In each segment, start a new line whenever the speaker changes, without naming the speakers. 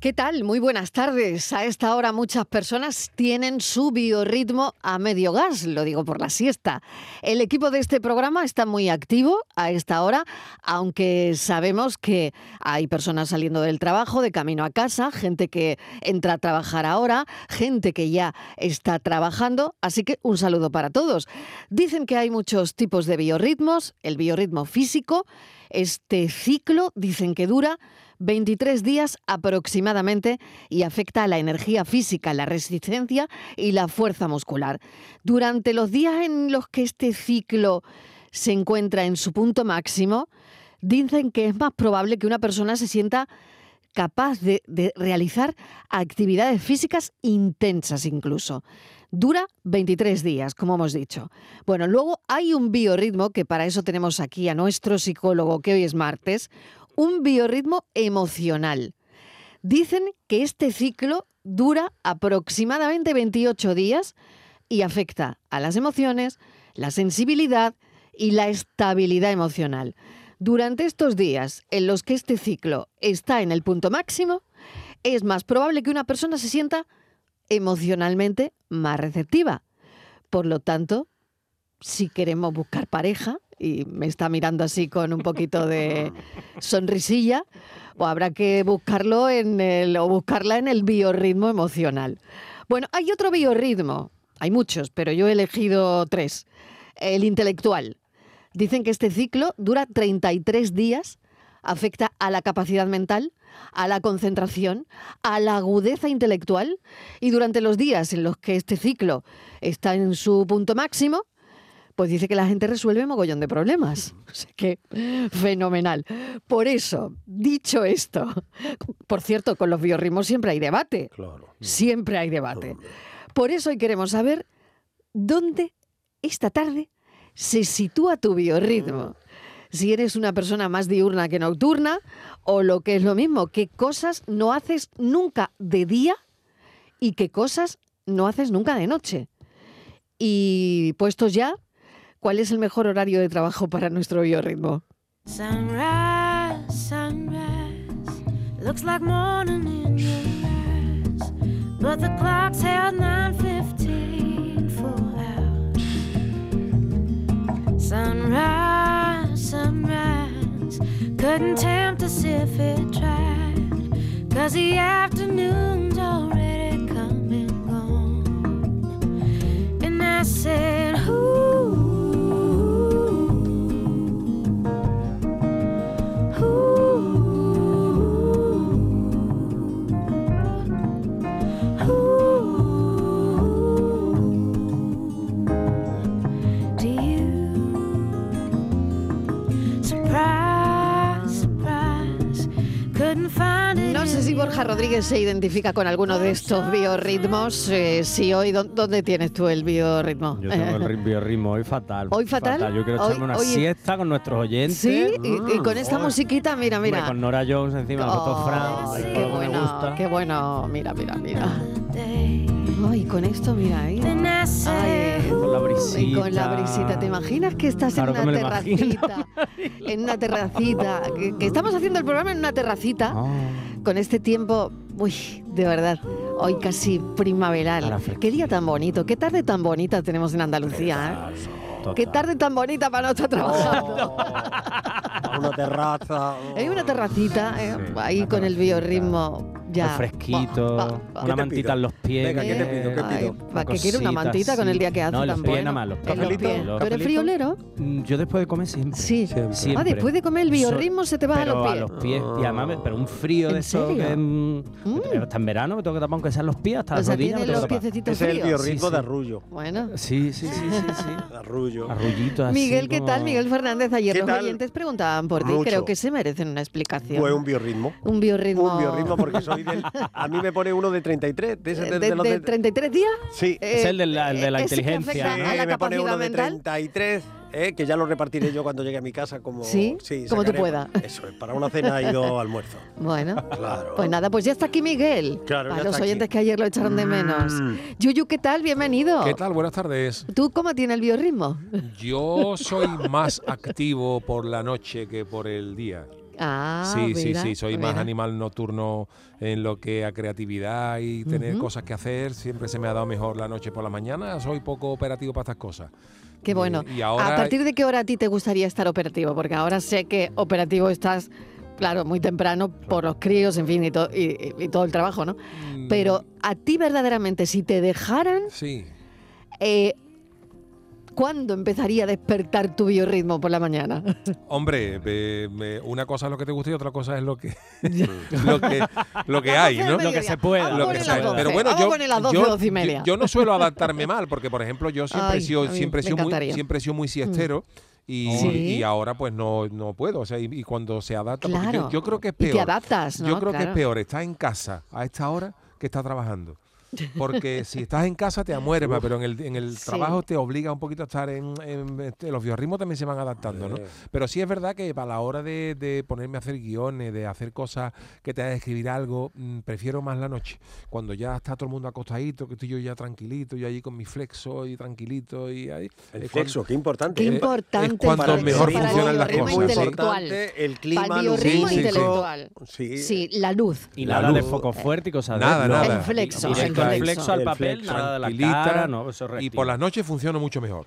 ¿Qué tal? Muy buenas tardes. A esta hora muchas personas tienen su biorritmo a medio gas, lo digo por la siesta. El equipo de este programa está muy activo a esta hora, aunque sabemos que hay personas saliendo del trabajo, de camino a casa, gente que entra a trabajar ahora, gente que ya está trabajando, así que un saludo para todos. Dicen que hay muchos tipos de biorritmos, el biorritmo físico, este ciclo dicen que dura 23 días aproximadamente y afecta a la energía física, la resistencia y la fuerza muscular. Durante los días en los que este ciclo se encuentra en su punto máximo, dicen que es más probable que una persona se sienta capaz de, de realizar actividades físicas intensas incluso. Dura 23 días, como hemos dicho. Bueno, luego hay un biorritmo, que para eso tenemos aquí a nuestro psicólogo, que hoy es martes, un biorritmo emocional. Dicen que este ciclo dura aproximadamente 28 días y afecta a las emociones, la sensibilidad y la estabilidad emocional. Durante estos días en los que este ciclo está en el punto máximo, es más probable que una persona se sienta emocionalmente más receptiva. Por lo tanto, si queremos buscar pareja, y me está mirando así con un poquito de sonrisilla, o habrá que buscarlo en el, o buscarla en el biorritmo emocional. Bueno, hay otro biorritmo, hay muchos, pero yo he elegido tres. El intelectual. Dicen que este ciclo dura 33 días, afecta a la capacidad mental, a la concentración, a la agudeza intelectual y durante los días en los que este ciclo está en su punto máximo, pues dice que la gente resuelve mogollón de problemas. O sea que fenomenal. Por eso, dicho esto, por cierto, con los biorritmos siempre hay debate.
Claro.
Siempre hay debate. Por eso hoy queremos saber dónde esta tarde se sitúa tu biorritmo. Si eres una persona más diurna que nocturna, o lo que es lo mismo, qué cosas no haces nunca de día y qué cosas no haces nunca de noche. Y puestos ya, ¿cuál es el mejor horario de trabajo para nuestro biorritmo?
Sunrise, sunrise, looks like morning in your eyes, but the clock's held 9:15 for hours. Sunrise, sunrise, couldn't tempt us if it tried, 'cause the afternoon's already come and gone. And I said, Ooh. Do you? Surprise, surprise. Couldn't find it.
No sé si Borja Rodríguez se identifica con alguno de estos biorritmos. eh, si hoy, ¿dó- ¿dónde tienes tú el biorritmo?
Yo tengo el ritmo, ritmo hoy fatal.
¿Hoy fatal?
Yo quiero
Hoy-
echarme una
hoy-
siesta con nuestros oyentes.
sí, y, y con esta
Joder.
musiquita, mira,
Hombre,
mira.
Con Nora Jones encima, con todo
Oh,
Fran. con
qué
lo que me
bueno,
gusta.
qué bueno. Mira, mira, mira.
Day.
Ay, con esto, mira, ahí.
Then I said,
Ay,
Con la
Y
brisita.
con la brisita, ¿te imaginas que estás
Claro que
en
me
una
lo imagino.
terracita? En una terracita. Que, que estamos haciendo el programa en una terracita.
Ah,
Con este tiempo, uy, de verdad, hoy casi primaveral.
Ahora fresquito.
Qué día tan bonito, qué tarde tan bonita tenemos en Andalucía. ¿eh?
total. Oh.
Qué tarde tan bonita para no estar trabajando.
una terraza.
Hay una terracita eh,
Sí,
ahí
una
con el
terracita.
biorritmo ya.
Al fresquito,
Bah, bah, bah.
¿Qué
una
te
mantita
pido?
en los pies. Eh,
Venga, ¿qué te pido? ¿Qué
Ay,
pido?
va, que quiero una
cosita,
mantita con
sí.
el día que hace
No, en
tan
los pies
bueno.
nada más, los
En los
pies.
pies.
Los
¿Tú eres
pies.
friolero?
Mm, Yo después de comer siempre.
Sí.
Siempre.
Ah,
Siempre.
después de comer el biorritmo se te va a
pero
los pies.
a los pies. Y además, me- pero un frío
¿En
de eso
serio?
que mm, que hasta en verano me tengo que tapar aunque sean los pies, hasta
O
las
sea,
rodillas. me
tiene
tengo
los
que tapar.
piececitos
Ese es el
fríos.
biorritmo
Sí, sí.
de arrullo.
Bueno.
Sí, sí, sí, sí, sí. sí.
Arrullo.
Arrullitos así
Miguel, ¿qué tal?
como-
Miguel Fernández, ayer
¿Qué
los
tal?
oyentes preguntaban por ti.
Mucho.
Creo que se merecen una explicación.
Pues un biorritmo.
Un biorritmo.
Un biorritmo porque soy del... A mí me pone uno de 33. De, ese,
Eh,
de,
de,
de los
de
de-
33 días.
Sí.
Eh,
Es el de la, el de la
ese que
inteligencia.
afecta
¿no?
a
Sí,
la
me pone
capacidad
uno de
mental.
33, eh, que ya lo repartiré yo cuando llegue a mi casa como...
¿Sí? Como tú
sacaré-
puedas.
Eso es, para una cena y dos almuerzos.
Bueno.
Claro.
Pues nada, pues ya está aquí Miguel.
Claro,
Para
ya
los
está aquí.
oyentes que ayer lo echaron de menos.
Mm.
Yuyu, ¿qué tal? Bienvenido.
¿Qué tal? Buenas tardes.
¿Tú cómo tiene el biorritmo?
Yo soy más activo por la noche que por el día.
Ah,
sí, sí,
mira,
sí, soy más
mira.
animal nocturno en lo que a creatividad y tener cosas que hacer. Siempre se me ha dado mejor la noche por la mañana. Soy poco operativo para estas cosas.
Qué bueno.
Eh, Y ahora-
¿A partir de qué hora a ti te gustaría estar operativo? Porque ahora sé que operativo estás, claro, muy temprano por los críos, en fin, y, to- y- y todo el trabajo, ¿no?
Mm.
Pero a ti verdaderamente, si te dejaran,
Sí.
eh, ¿cuándo empezaría a despertar tu biorritmo por la mañana?
Hombre, eh, me- una cosa es lo que te gusta y otra cosa es lo que lo que, lo que hay, ¿no?
Lo que se pueda. Vamos
Lo
con
que
el
se
las
pueda.
12,
Pero bueno,
vamos
yo,
con el las 12,
yo,
12 y media.
yo- yo no suelo adaptarme mal, porque por ejemplo, yo siempre
Ay,
he sido,
a mí
siempre he
me
sido muy,
encantaría. Mm.
siempre he sido muy siestero. Y,
Sí.
y ahora pues no, no puedo, o sea, y, y cuando se adapta, porque
Claro.
yo, yo creo que es
Y
peor.
te adaptas, ¿no?
Yo creo que
Claro.
es peor estar en casa a esta hora que estar trabajando. Porque si estás en casa te amuerva, pero en el, en el
Sí.
trabajo te obliga un poquito a estar en, en- este, los biorritmos también se van adaptando, ¿no? Pero sí es verdad que para la hora de, de ponerme a hacer guiones, de hacer cosas que te hagan escribir algo, mm, prefiero más la noche. Cuando ya está todo el mundo acostadito, que estoy yo ya tranquilito, yo allí con mi flexo y tranquilito y
El
ahí. es cuando-
flexo, qué importante.
Qué
¿eh?
importante.
cuando
para-
mejor
para el
funcionan las
biorritmo
cosas,
Muy
sí.
intelectual.
importante, el
Para
clima,
el biorritmo
lumínico. Sí, sí, sí.
intelectual.
Sí,
Sí, la luz.
Y
La
nada de
luz.
foco fuerte y cosas de
Nada,
esas, ¿no?
nada. El
flexo,
Directo
el
al
flexo.
flexo, al
El
papel,
flexo.
nada de la
Tranquilita,
cara, no, eso es
y
reptil.
por las noches funciona mucho mejor.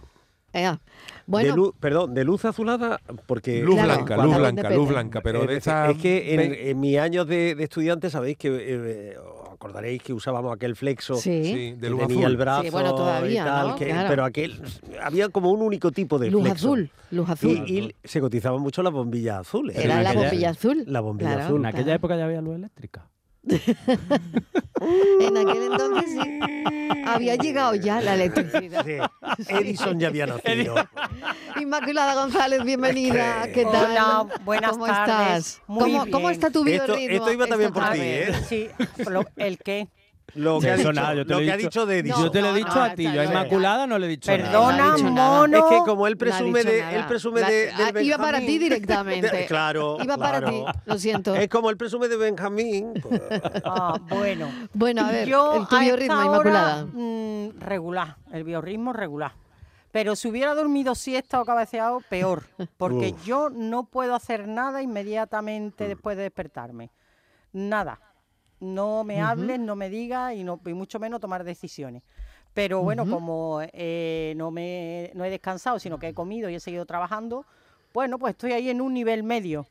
Ea.
de
Bueno,
luz, perdón, de luz azulada, porque...
Luz
Claro,
blanca,
cuando-
luz blanca,
depende.
luz blanca, pero
Eh,
de esa...
Es que en,
ve-
en mis años de, de estudiante sabéis que... eh, os acordaréis que usábamos aquel flexo.
sí.
sí, de
que
luz
tenía
azul.
el brazo
Sí, bueno, todavía,
y tal,
¿no?
que-
Claro.
pero aquel había como un único tipo de
Luz
flexo.
azul, luz
Y,
azul.
y se cotizaban mucho las bombillas azules.
Era
en
la
aquella-
bombilla azul.
¿eh? La bombilla
claro,
azul.
En aquella
claro.
época ya había luz eléctrica.
En aquel entonces sí. Había llegado ya la electricidad.
Sí, Eh, Edison ya había nacido.
Inmaculada González, bienvenida.
Es que-
¿Qué tal?
Hola, buenas
¿Cómo
tardes.
estás?
Muy
¿Cómo,
bien.
¿Cómo está tu
Esto-
biorritmo?
esto iba también por
A
ti, ¿eh?
tarde?
ver, sí, lo- el qué.
Lo que,
Sí,
ha
eso
dicho,
nada, yo te
lo
lo he
que ha
dicho.
dicho de Edison.
yo te lo he
no,
dicho
no,
a ti,
está
yo a
bien.
Inmaculada no le he dicho
Perdona,
nada.
dicho nada.
mono.
Es que como él
No ha
presume,
dicho
de,
nada.
él presume
La-
de,
ah,
del
Iba para ti
Benjamín.
directamente.
De- Eh, claro.
Iba para
claro.
ti, lo siento.
Es como él presume de Benjamín. pues,
Ah, bueno.
Bueno, a ver,
Yo
el tu
a
biorritmo,
esta hora,
Inmaculada.
mm, regular, el biorritmo regular. Pero si hubiera dormido siesta o cabeceado, peor, porque
Uf.
yo no puedo hacer nada
Mm.
inmediatamente después de despertarme. Nada. No me hables, no me digas y, no, y mucho menos tomar decisiones. Pero bueno, como eh, no, me, no he descansado, sino que he comido y he seguido trabajando, bueno, pues estoy ahí en un nivel medio.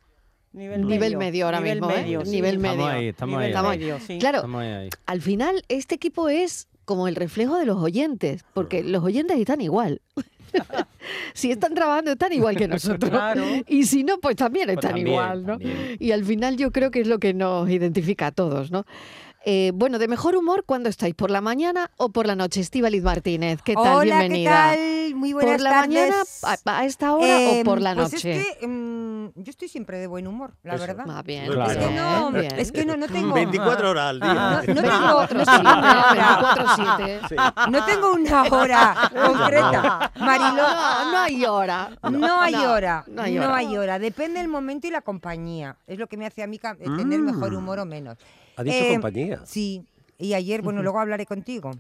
Nivel,
Nivel medio ahora
nivel
mismo, ¿eh?
medio, sí.
Nivel
Estamos
medio.
ahí, estamos
Nivel
ahí. ahí.
medio, sí.
Claro,
Estamos ahí, ahí.
al final este equipo es como el reflejo de los oyentes, porque los oyentes están igual. si están trabajando están igual que nosotros.
Claro.
Y si no, pues también
Pues
están
también,
igual, ¿no?
también.
Y al final yo creo que es lo que nos identifica a todos, ¿no? Eh, bueno, de mejor humor cuando estáis por la mañana o por la noche, Estíbaliz Martínez. ¿Qué tal?
Hola,
Bienvenida.
¿qué tal? Muy buenas
¿Por la
tardes.
mañana a, a esta hora
Em,
o Eh, por la noche?
Pues es que mm, yo estoy siempre de buen humor, la
Eso.
verdad.
Ah, bien,
Claro.
Es que no,
bien, bien.
es que no, no tengo...
24 horas al día.
No, no tengo,
No, siempre, 24/7.
Sí.
no tengo una hora concreta, Mariló.
No, no hay hora.
No hay
No,
hora,
no
no
hay
hay
hora.
hora. Depende del momento y la compañía. Es lo que me hace a mí ca- eh, tener mejor humor o menos.
Mm. Ha dicho
Em,
compañía.
Sí. Y ayer, bueno, luego hablaré contigo.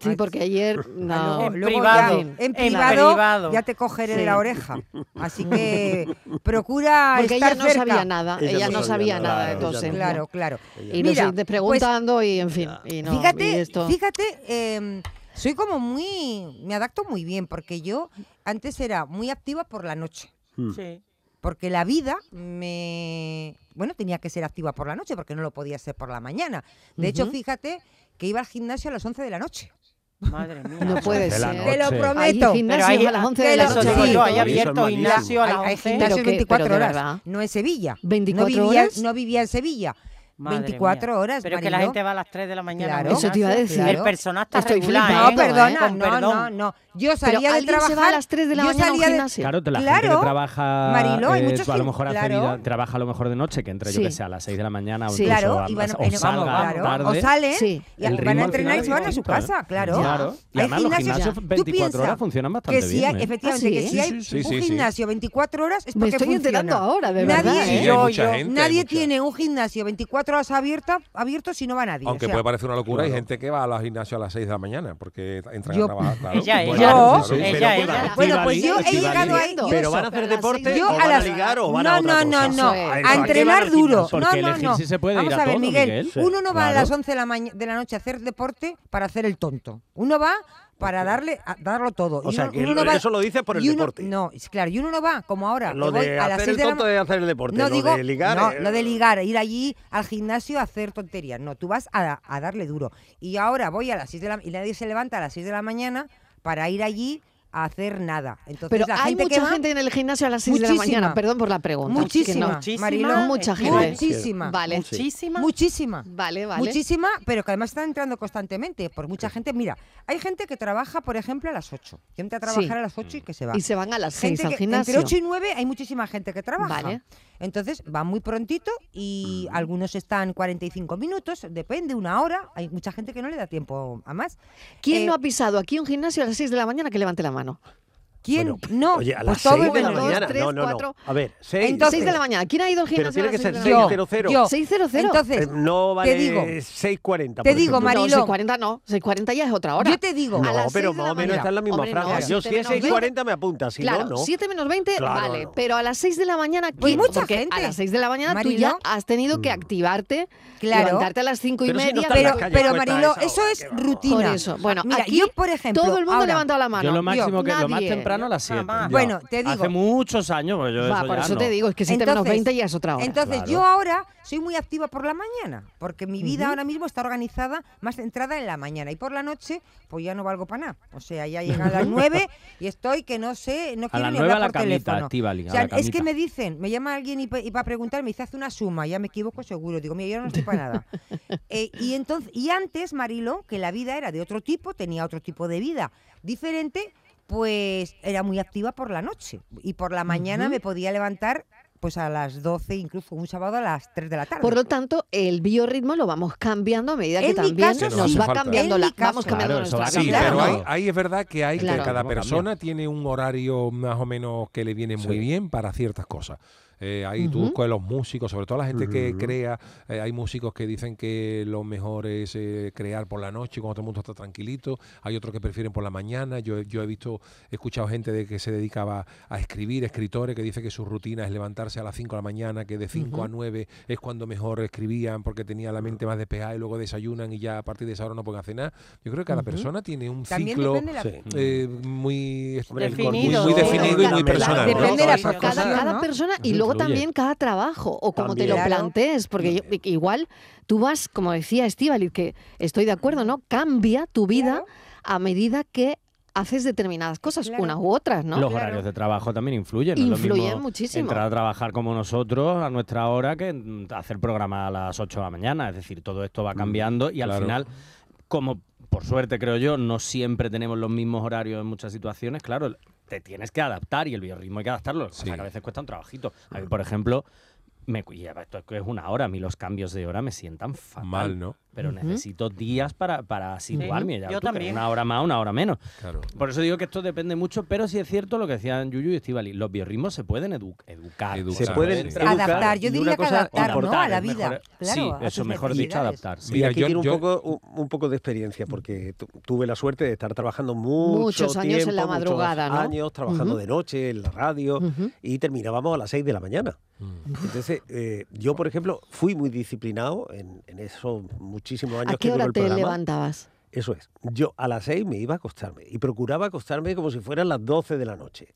Sí, porque ayer no.
Luego-
En
Ah, luego
privado,
ya-
en
en privado,
privado.
ya te cogeré
Sí.
de la oreja. Así que procura
Porque ella
estar
no
cerca.
sabía nada, ella, no sabía nada de
claro,
tu
ella no
ausencia.
Claro, claro. Mira,
Y nos sigues
pues,
preguntando y en fin. y no, y
fíjate,
esto.
fíjate, eh, soy como muy, me adapto muy bien porque yo antes era muy activa por la noche,
Hmm.
Sí.
porque la vida me, bueno, tenía que ser activa por la noche porque no lo podía ser por la mañana. De hecho,
Ujú.
fíjate que iba al gimnasio a las 11 de la noche.
Madre mía.
no puede
de la
ser.
noche.
Te lo
Ahí
prometo.
Hay gimnasios
hay-
a las 11
que
de la
eso
noche.
digo yo, hay
abierto gimnasio
Hay, hay gimnasios
¿Pero qué? ¿Pero
24
de verdad?
horas, no es Sevilla. No
24
vivía-
horas.
No vivía en Sevilla.
Madre
24
mía.
horas,
Pero es que la
Mariló.
gente va a las 3 de la mañana.
Claro.
al
Eso te iba a
gimnasio.
decir.
Claro.
El personal está
Estoy
regular,
flipando,
No,
¿eh?
perdona,
Con
no,
perdón.
no, no. Yo
Pero
salía de
alguien
trabajar.
se va a las 3 de la
yo
mañana a un
salía de-
gimnasio.
Claro, la gente
Claro.
que trabaja,
Mariló, hay
eh,
muchos
a lo
gim-
mejor hace
claro.
vida- trabaja a lo mejor de noche, que entre
Sí.
yo que sea a las 6 de la mañana o
Sí.
incluso
Claro,
a-
y van,
o
en-
salga
vamos, claro,
tarde.
o salen
Sí.
y
El
van
ritmo
a
al
entrenar y
final
se van a
es
su
distinto, ¿eh?
casa, claro.
Claro. Y
Hay
además los
gimnasios-
gimnasios
tú
24 horas
piensa
funcionan
que
bastante
si
bien.
hay-
¿eh?
efectivamente,
Ah, sí,
que si
¿eh?
hay
Sí, sí,
un
sí, sí.
gimnasio 24 horas es
Me
porque
estoy
funciona.
enterando ahora, de
Nadie,
verdad.
Sí,
¿eh?
hay
yo-
mucha
yo-
gente, hay
nadie
mucha-
tiene un gimnasio 24 teatros abiertos, abiertos y no va nadie. o
Aunque
sea,
puede parecer una locura, hay
Claro.
gente que va a los gimnasios a las 6 de la mañana porque entran
Yo-
a trabajar. claro.
Ella,
Bueno,
ella.
claro,
Yo-
sí, sí.
ella,
Pero-
ella.
Bueno, pues yo he
Estivali,
llegado ahí-
eso.
Pero van a hacer
Pero a las
deporte,
seis-
yo
o
a
van a
las-
ligar o van
no,
a otra
no,
cosa.
no, no,
Eso es.
a
¿A qué van
entrenar
al
duro.
gimnasio?
No,
Porque
no,
elegir
no.
sí se puede
Vamos
ir a
a ver,
todo,
Miguel.
Miguel. Sí,
Uno no va a
claro.
las 11 de la, maña- de la noche a hacer deporte para hacer el tonto. Uno va para darle a darlo todo.
O
Y
sea,
uno-
que
uno no va-
eso lo dices por el
y uno-
deporte.
No, es claro, y uno no va, como ahora.
Lo
que Ah, voy
de
a las
hacer
6
el
de la
tonto
ma-
de hacer el deporte,
no
lo
digo,
de ligar,
no,
eh,
lo de ligar, ir allí al gimnasio a hacer tonterías. No, tú vas a, a darle duro. Y ahora voy a las 6 de la y nadie se levanta a las 6 de la mañana para ir allí a hacer nada. Entonces,
Pero
la
hay
gente que
mucha
va-
gente en el gimnasio a las 6 de la
Muchísima.
mañana. Perdón por la pregunta. es que no.
Muchísima,
Muchísima,
Mariló.
mucha gente.
Muchísima.
Vale,
Muchísima.
Muchísima.
vale, vale.
Muchísima, pero que además está entrando constantemente. Por mucha gente, mira, hay gente que trabaja, por ejemplo, a las 8. Que entra a trabajar
Sí.
a las 8 y que se va.
Y se van a las 6
Gente
al
que
gimnasio.
Entre 8 y 9 hay muchísima gente que trabaja.
Vale.
Entonces van muy prontito y algunos están 45 minutos, depende, una hora. Hay mucha gente que no le da tiempo a más.
¿Quién
Eh,
no ha pisado aquí un gimnasio a las 6 de la mañana que levante la mano?
¿Quién?
Bueno,
no,
Oye, a
pues
las
todo
seis de
es
la
Dos,
verdad.
mañana.
tres,
No, no,
cuatro.
no. A ver, seis.
Entonces-
6 de la mañana. ¿quién ha ido al
Pero
gimnasio
tiene
a
que
las
ser
6
seis
de la
Yo,
mañana?
cero cero.
yo.
6.00.
Entonces,
Eh, No vale
digo-
6.40.
te
por
digo,
ejemplo.
No,
Mariló.
6.40 no. 6.40 ya es otra hora.
yo te digo,
a
No,
las
pero
seis de
más
la
o menos
mañana.
está en la misma
Hombre, no,
franja. Yo
siete
si es
menos-
6.40 me apunta, si
claro,
no, no.
7 menos 20,
Claro,
vale.
no.
Pero a las 6 de la mañana,
Pues
¿quién?
mucha
Porque A
gente.
las 6 de la mañana tú ya
Mariló.
has tenido que activarte,
Claro.
levantarte a las 5 y
Pero si no
media.
está en
pero,
las calles
pero
puestas a
Marilo,
esa hora,
eso es
qué va.
por
rutina.
eso. Bueno,
Mira,
aquí
yo, por ejemplo,
todo el mundo ha
ahora-
levantado la mano.
Yo lo máximo que lo más
nadie.
temprano a las 7.
Jamás.
Bueno, te digo-
Hace muchos años, pues yo
Va,
eso
por
ya
eso
no.
te digo, es que 7 menos
Entonces-
20 ya es otra hora.
Entonces,
Claro.
yo ahora soy muy activa por la mañana, porque mi vida ahora mismo está organizada más centrada en la mañana. Y por la noche, pues ya no valgo para nada. O sea, ya llegan las nueve y estoy que no sé, no quiero
las
ni
nueve
hablar
a la
por
camita,
teléfono.
Estíbaliz, a
O sea,
la
es que
camita.
me dicen, me llama alguien y, pa- y para preguntar, me dice, hace una suma, ya me equivoco seguro. Digo, mira, yo no estoy para nada. Eh, y, entonces, y antes, Marilo, que la vida era de otro tipo, tenía otro tipo de vida diferente, pues era muy activa por la noche. Y por la mañana me podía levantar pues a las 12, incluso un sábado a las 3 de la tarde.
Por lo tanto, el biorritmo lo vamos cambiando a medida que
En mi
también
caso,
pues, nos
sí.
va
En
cambiando
mi
la,
caso.
vamos cambiando
Claro, eso
nuestra
va
Sí,
vida,
Claro.
pero
¿no?
hay, ahí es verdad que hay
Claro.
que cada
Cambia.
persona tiene un horario más o menos que le viene muy
Sí.
bien para ciertas cosas. Eh, ahí
Ujú.
tú con los músicos, sobre todo la gente que
Ujú.
crea, eh, hay músicos que dicen que lo mejor es eh, crear por la noche cuando todo el mundo está tranquilito, hay otros que prefieren por la mañana, yo, yo he visto, he escuchado gente de que se dedicaba a escribir, escritores que dicen que su rutina es levantarse a las 5 de la mañana, que de 5 a 9 es cuando mejor escribían porque tenía la mente más despejada y luego desayunan y ya a partir de esa hora no pueden hacer nada. Yo creo que cada persona tiene un
También
ciclo
depende la-
Sí.
eh, muy,
Hombre,
muy-
Definido,
muy
sí.
definido y muy
Claro,
personal. ¿no?
Depende de la
Cada-
profesión,
cada
¿no?
persona y
Eso
luego
influye.
también cada trabajo o como te lo
También.
Claro.
plantees, porque yo- i- igual tú vas, como decía Estíbaliz, que estoy de acuerdo, ¿no? Cambia tu vida
Claro.
a medida que haces determinadas cosas,
Claro.
unas u otras, ¿no?
Los
Claro.
horarios de trabajo también influyen. no es lo
Influyen
mismo
muchísimo.
Entrar a trabajar como nosotros a nuestra hora que mm, hacer programa a las 8 de la mañana. Es decir, todo esto va cambiando y al
Mm, claro.
final, como por suerte creo yo, no siempre tenemos los mismos horarios en muchas situaciones, claro, te tienes que adaptar y el biorritmo hay que adaptarlo. O sea,
Sí.
que a veces cuesta un trabajito. A mí, por ejemplo, me cu- y esto es que es una hora, a mí los cambios de hora me sientan fatal.
Mal, ¿no?
Pero necesito días para, para situarme. ya
yo
tú, que
también.
Una hora más, una hora menos.
Claro.
Por eso digo que esto depende mucho, pero sí es cierto lo que decían Yuyu y Estivali. Los biorritmos se pueden edu- educar.
Educar,
Se
Claro,
pueden
sí.
educar
Adaptar, yo
y una
diría que
cosa
adaptar, ¿no?
Adaptar,
A la
es
vida.
mejor-
Claro, a
sí,
tus
eso mejor dicho,
necesidades.
adaptar. sí.
Mira,
Mira,
aquí
yo-
quiero un,
yo-
poco, un, un poco de experiencia, porque tu- tuve la suerte de estar trabajando mucho
Muchos años en la
tiempo, muchos
madrugada, ¿no?
años trabajando
Ujú.
de noche en la radio
Ujú.
y terminábamos a las 6 de la mañana.
Mm.
Entonces, eh, yo, por ejemplo, fui muy disciplinado en, en esos muchísimos años
¿A qué
que duró
hora
el
te
programa.
levantabas?
Eso es. Yo a las 6 me iba a acostarme y procuraba acostarme como si fueran las 12 de la noche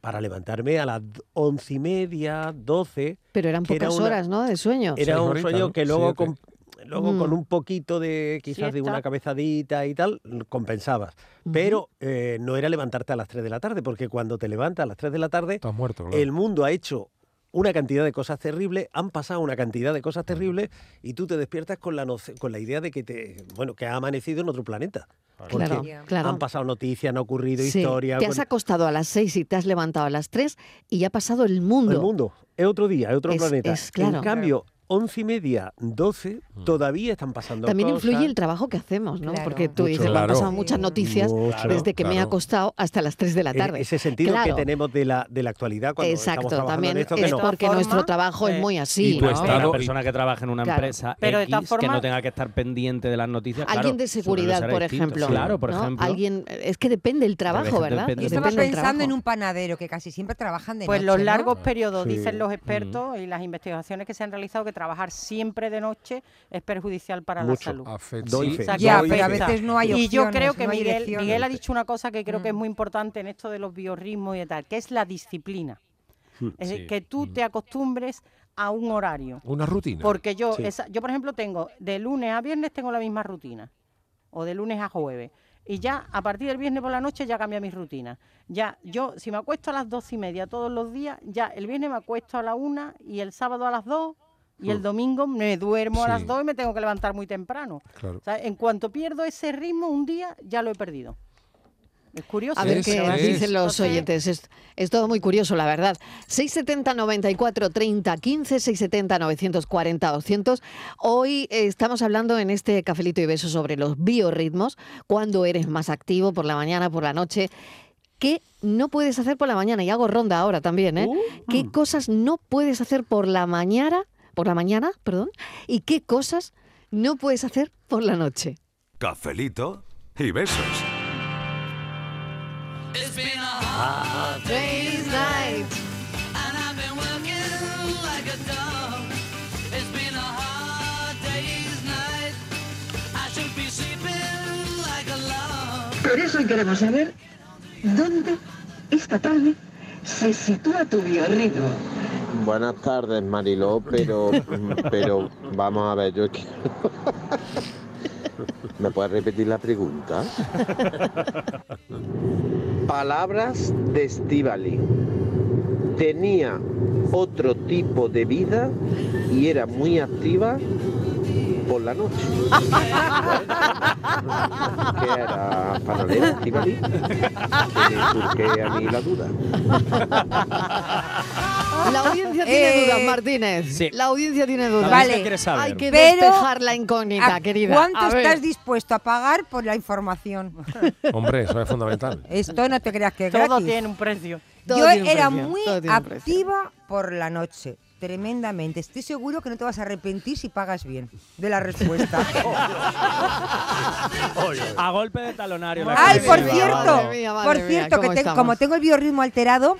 para levantarme a las once y media, 12.
Pero eran
Que era
pocas
una-
horas, ¿no? De sueño.
Era
Seis
un
horitas,
sueño
¿no?
que luego,
Siete.
con, luego
Mm.
con un poquito de quizás de una
Siesta.
cabezadita y tal, l- compensabas. Pero eh, no era levantarte a las 3 de la tarde, porque cuando te levantas a las 3 de la tarde,
Estás muerto, claro.
el mundo ha hecho una cantidad de cosas terribles, han pasado una cantidad de cosas terribles y tú te despiertas con la, noce- con la idea de que te bueno que ha amanecido en otro planeta. Porque
Claro, claro.
han pasado noticias, han ocurrido
Sí,
historias.
Te has
bueno,
acostado a las 6 y te has levantado a las 3 y ya ha pasado el mundo.
el mundo es otro día, es otro
Es-
planeta.
es claro.
En cambio, once y media, doce,
Mm.
todavía están pasando
También
cosas.
influye el trabajo que hacemos, ¿no?
Claro.
Porque tú
Mucho,
dices, me han
claro.
pasado muchas noticias
Mucho,
desde que me he
claro.
acostado hasta las 3 de la
E-
tarde.
Ese sentido
Claro.
que tenemos de la, de la actualidad cuando
Exacto,
estamos trabajando
también
en esto,
es
que no,
porque
De todas
nuestro
formas,
trabajo es
eh,
muy así.
y tu
¿no?
estado-
Una persona que trabaja en una
Claro.
empresa
Pero de
X,
todas
que no
formas-
tenga que estar pendiente de las noticias.
Alguien
claro,
de
su
seguridad,
rol
por
será distinto.
ejemplo.
Claro, por
¿no?
ejemplo.
Alguien, es que depende el trabajo,
Depende-
¿verdad?
depende
Yo
del
estaba
Depende del
pensando en
trabajo.
un panadero que casi siempre trabajan de
Pues
noche.
los
¿no?
largos periodos,
Sí.
dicen
Mm.
los expertos y las investigaciones que se han realizado, que trabajar siempre de noche es perjudicial para
Mucho.
la salud.
Afecta-
Doy
sí.
fe.
sea,
Ya,
que
pero a
afecta.
veces no hay opciones.
y yo creo que
no hay
Miguel,
direcciones.
Miguel ha dicho una cosa que creo que es
Mm.
muy importante en esto de los biorritmos y tal, que es la disciplina.
Mm.
Es decir,
Sí.
que tú
Mm.
te acostumbres a un horario.
Una rutina.
Porque yo,
Sí.
esa- yo por ejemplo, tengo de lunes a viernes tengo la misma rutina, o de lunes a jueves. Y ya a partir del viernes por la noche ya cambia mi rutina. Ya, yo, si me acuesto a las dos y media todos los días, ya el viernes me acuesto a la una y el sábado a las dos y el domingo me duermo a
Mm. Sí.
las dos y me tengo que levantar muy temprano.
Claro.
O sea, en cuanto pierdo ese ritmo un día, ya lo he perdido. Es curioso.
A ver
Eso
qué
es.
dicen los
Entonces,
oyentes. Es, es todo muy curioso, la verdad. 670 94 30 15, 670 940 200. Hoy eh, estamos hablando en este cafelito y beso sobre los biorritmos. Cuando eres más activo por la mañana, por la noche? ¿Qué no puedes hacer por la mañana? Y hago ronda ahora también, ¿eh? ¿Qué cosas no puedes hacer por la mañana, por la mañana, perdón? ¿Y qué cosas no puedes hacer por la noche?
Cafelito y besos. Ah.
Por eso hoy queremos saber dónde esta tarde se sitúa tu biorritmo.
Buenas tardes, Mariló, pero, pero vamos a ver, yo es que- ¿Me puedes repetir la pregunta? Palabras de Estivali. Tenía otro tipo de vida y era muy activa por la noche. ¿Qué era panadera, Estivali? Que me surge a mí la duda.
La audiencia tiene
Eh,
dudas, Martínez.
Sí.
La audiencia tiene dudas.
Vale.
Mm. ¿Qué quieres saber?
Hay que
Pero-
despejar la incógnita,
¿A
querida.
¿Cuánto
A ver.
estás dispuesto a pagar por la información?
Hombre, eso es fundamental.
Esto no te creas que es
Todo
gratis.
tiene un precio.
Todo
Yo
tiene un
era
precio,
muy
todo tiene un precio.
activa por la noche, tremendamente. Estoy seguro que no te vas a arrepentir si pagas bien de la respuesta.
A golpe de talonario. la
Ay,
gente
por
se va,
cierto,
vale.
mía, madre
por
mía,
cierto que
¿cómo
te-
estamos?
como tengo el biorritmo alterado,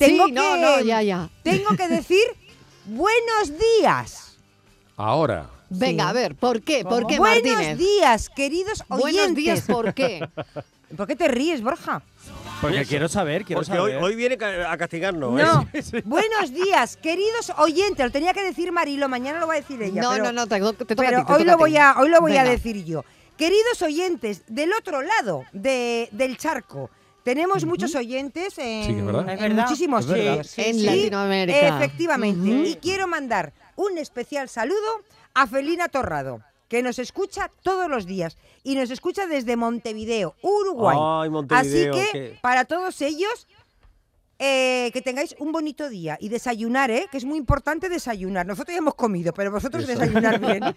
Sí,
tengo que
no, no, ya, ya.
tengo que decir buenos días.
Ahora.
Venga,
Sí.
a ver, ¿por qué? ¿Por qué,
buenos
Martínez?
días, queridos oyentes.
Buenos días, ¿por qué?
¿Por qué te ríes, Borja?
Porque quiero saber, quiero
Porque hoy,
saber.
hoy viene ca- a castigarnos.
No.
¿eh?
Buenos días, queridos oyentes. Lo tenía que decir Marilo, mañana lo va a decir ella.
no,
pero-
no, no, te, to- te toca a
Pero
ti, te
hoy,
toca
lo
ti.
voy a, hoy lo voy a
Venga.
decir yo. Queridos oyentes, del otro lado de- del charco, tenemos muchos oyentes en,
Sí, que es verdad.
en
Es verdad.
muchísimos
Es verdad.
sitios.
Sí,
En
Y,
Latinoamérica.
Efectivamente. Y quiero mandar un especial saludo a Felina Torrado, que nos escucha todos los días y nos escucha desde Montevideo, Uruguay.
Ay, Montevideo,
Así que
qué-
para todos ellos, eh, que tengáis un bonito día y desayunar, ¿eh? que es muy importante desayunar. Nosotros ya hemos comido, pero vosotros desayunar bien.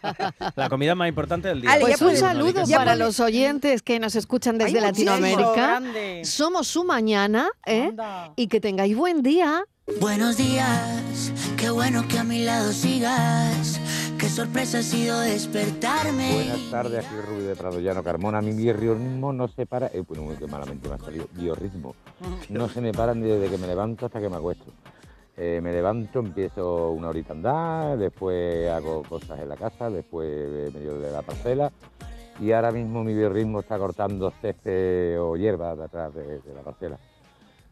La comida más importante del día.
Ale,
Pues
ya
un
pones-
saludo
ya
para
pones-
los oyentes que nos escuchan desde
Hay muchísimo,
Latinoamérica.
grande.
Somos su mañana, ¿eh?
Anda.
Y que tengáis buen día.
Buenos días, qué bueno que a mi lado sigas. Qué sorpresa ha sido despertarme.
Buenas tardes, aquí Rubio de Prado Llano Carmona. Mi biorritmo no se para. Eh, bueno, qué malamente me ha salido. Biorritmo. No se me para ni desde que me levanto hasta que me acuesto. Eh, me levanto, empiezo una horita a andar, después hago cosas en la casa, después eh, me llevo de la parcela. Y ahora mismo mi biorritmo está cortando césped o hierba de atrás de, de la parcela.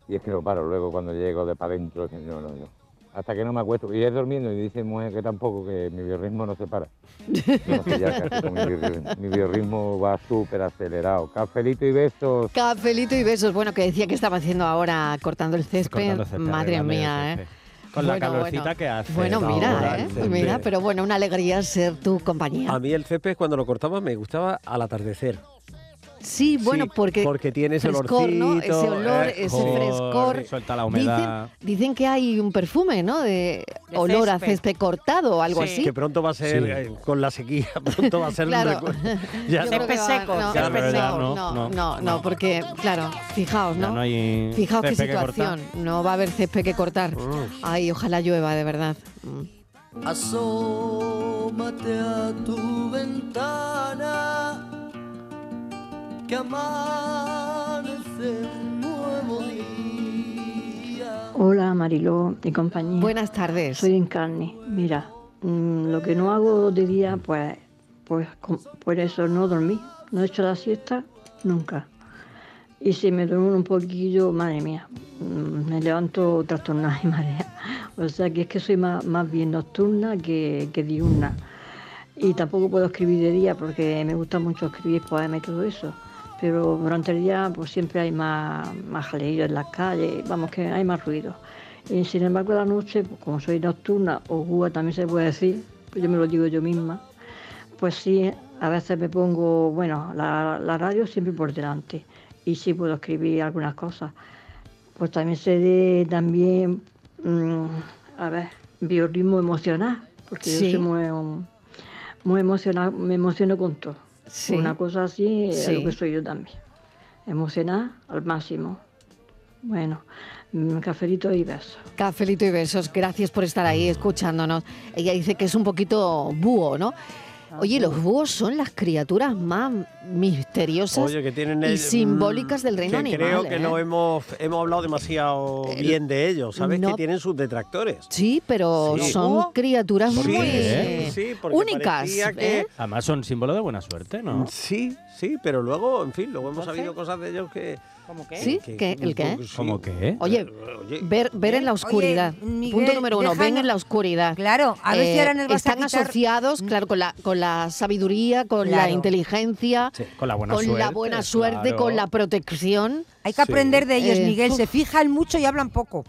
Y es que no paro. Luego cuando llego de para adentro, no, no, no. Hasta que no me acuesto. Y es durmiendo y dice mujer que tampoco, que mi biorritmo no se para. No sé ya qué hacer con mi biorritmo. Mi biorritmo va súper acelerado. Cafelito y besos.
Cafelito y besos. Bueno, que decía que estaba haciendo ahora cortando el césped.
Cortando césped,
Madre
arreglando el
mía, ¿eh?
césped. Con la
Bueno,
calorcita
bueno.
que hace.
Bueno,
ahora
mira,
el
¿eh?
césped.
Mira, pero bueno, una alegría ser tu compañía.
A mí el césped cuando lo cortaba me gustaba al atardecer.
Sí, bueno, porque.
Porque tiene ese
frescor, ¿no? Ese
olorcito,
olor,
eh,
ese
joder,
frescor.
Suelta la humedad.
Dicen, dicen que hay un perfume, ¿no? De,
De
olor a
césped.
césped cortado o algo
Sí.
así.
Que pronto va a ser,
Sí.
eh, con la sequía, pronto va a ser un
Claro.
recuerdo.
Yo creo que va- No,
Ya, la verdad,
no, no, no, no, porque, claro, fijaos,
Ya
¿no?
no hay
fijaos qué
césped que cortar.
situación. no va a haber césped que cortar. Ay, ojalá llueva, de verdad. Mm.
Asómate a tu ventana que amanece un nuevo día.
Hola Mariló y compañía.
Buenas tardes.
Soy Encarni. Mira, mm, lo que no hago de día, pues, pues com- por eso no dormí. No he hecho la siesta nunca. Y si me duermo un poquillo, madre mía, mm, me levanto trastornada y marea. O sea que es que soy más, más bien nocturna que, que diurna. Y tampoco puedo escribir de día porque me gusta mucho escribir poemas y todo eso. Pero durante el día pues siempre hay más, más jaleillo en las calles, vamos que hay más ruido. Y sin embargo a la noche, pues, como soy nocturna o gúa también se puede decir, pues yo me lo digo yo misma, pues sí, a veces me pongo, bueno, la, la radio siempre por delante y sí puedo escribir algunas cosas. Pues también sé de, también, mm, a ver, biorritmo emocional, porque
Sí.
yo soy muy, muy emocionada, me emociono con todo.
Sí.
Una cosa así es
Sí.
lo que soy yo también. Emocionada al máximo. Bueno, mm, cafelito y besos.
Cafelito y besos, gracias por estar ahí escuchándonos. Ella dice que es un poquito búho, ¿no?
Ah,
Oye, los búhos son las criaturas más misteriosas
Oye, que tienen
y
el- mm,
simbólicas del reino
que
animal.
Creo que
¿eh?
no hemos, hemos hablado demasiado bien de ellos. Sabes
no.
que tienen sus detractores.
Sí, pero
Sí.
son
¿Búho?
criaturas
Sí,
muy
¿eh? Sí, porque
únicas.
parecía que-
¿eh?
Además son símbolo de buena suerte, ¿no?
Sí, sí, pero luego, en fin, luego hemos sabido cosas de ellos que.
¿Cómo
qué?
¿Sí? ¿Qué? ¿El qué?
¿Cómo qué?
Oye, ver, ver en la oscuridad.
Miguel,
Punto número uno, ven
déjanos-
en la oscuridad. Eh,
Claro, a ver si ahora nos vas a
Están
quitar- Mm.
asociados, claro, con la, con la sabiduría, con la
Claro.
inteligencia,
con la buena
con la
suerte,
buena suerte,
claro.
con la protección.
Hay que aprender de ellos,
Eh,
Miguel. Se fijan mucho y hablan poco.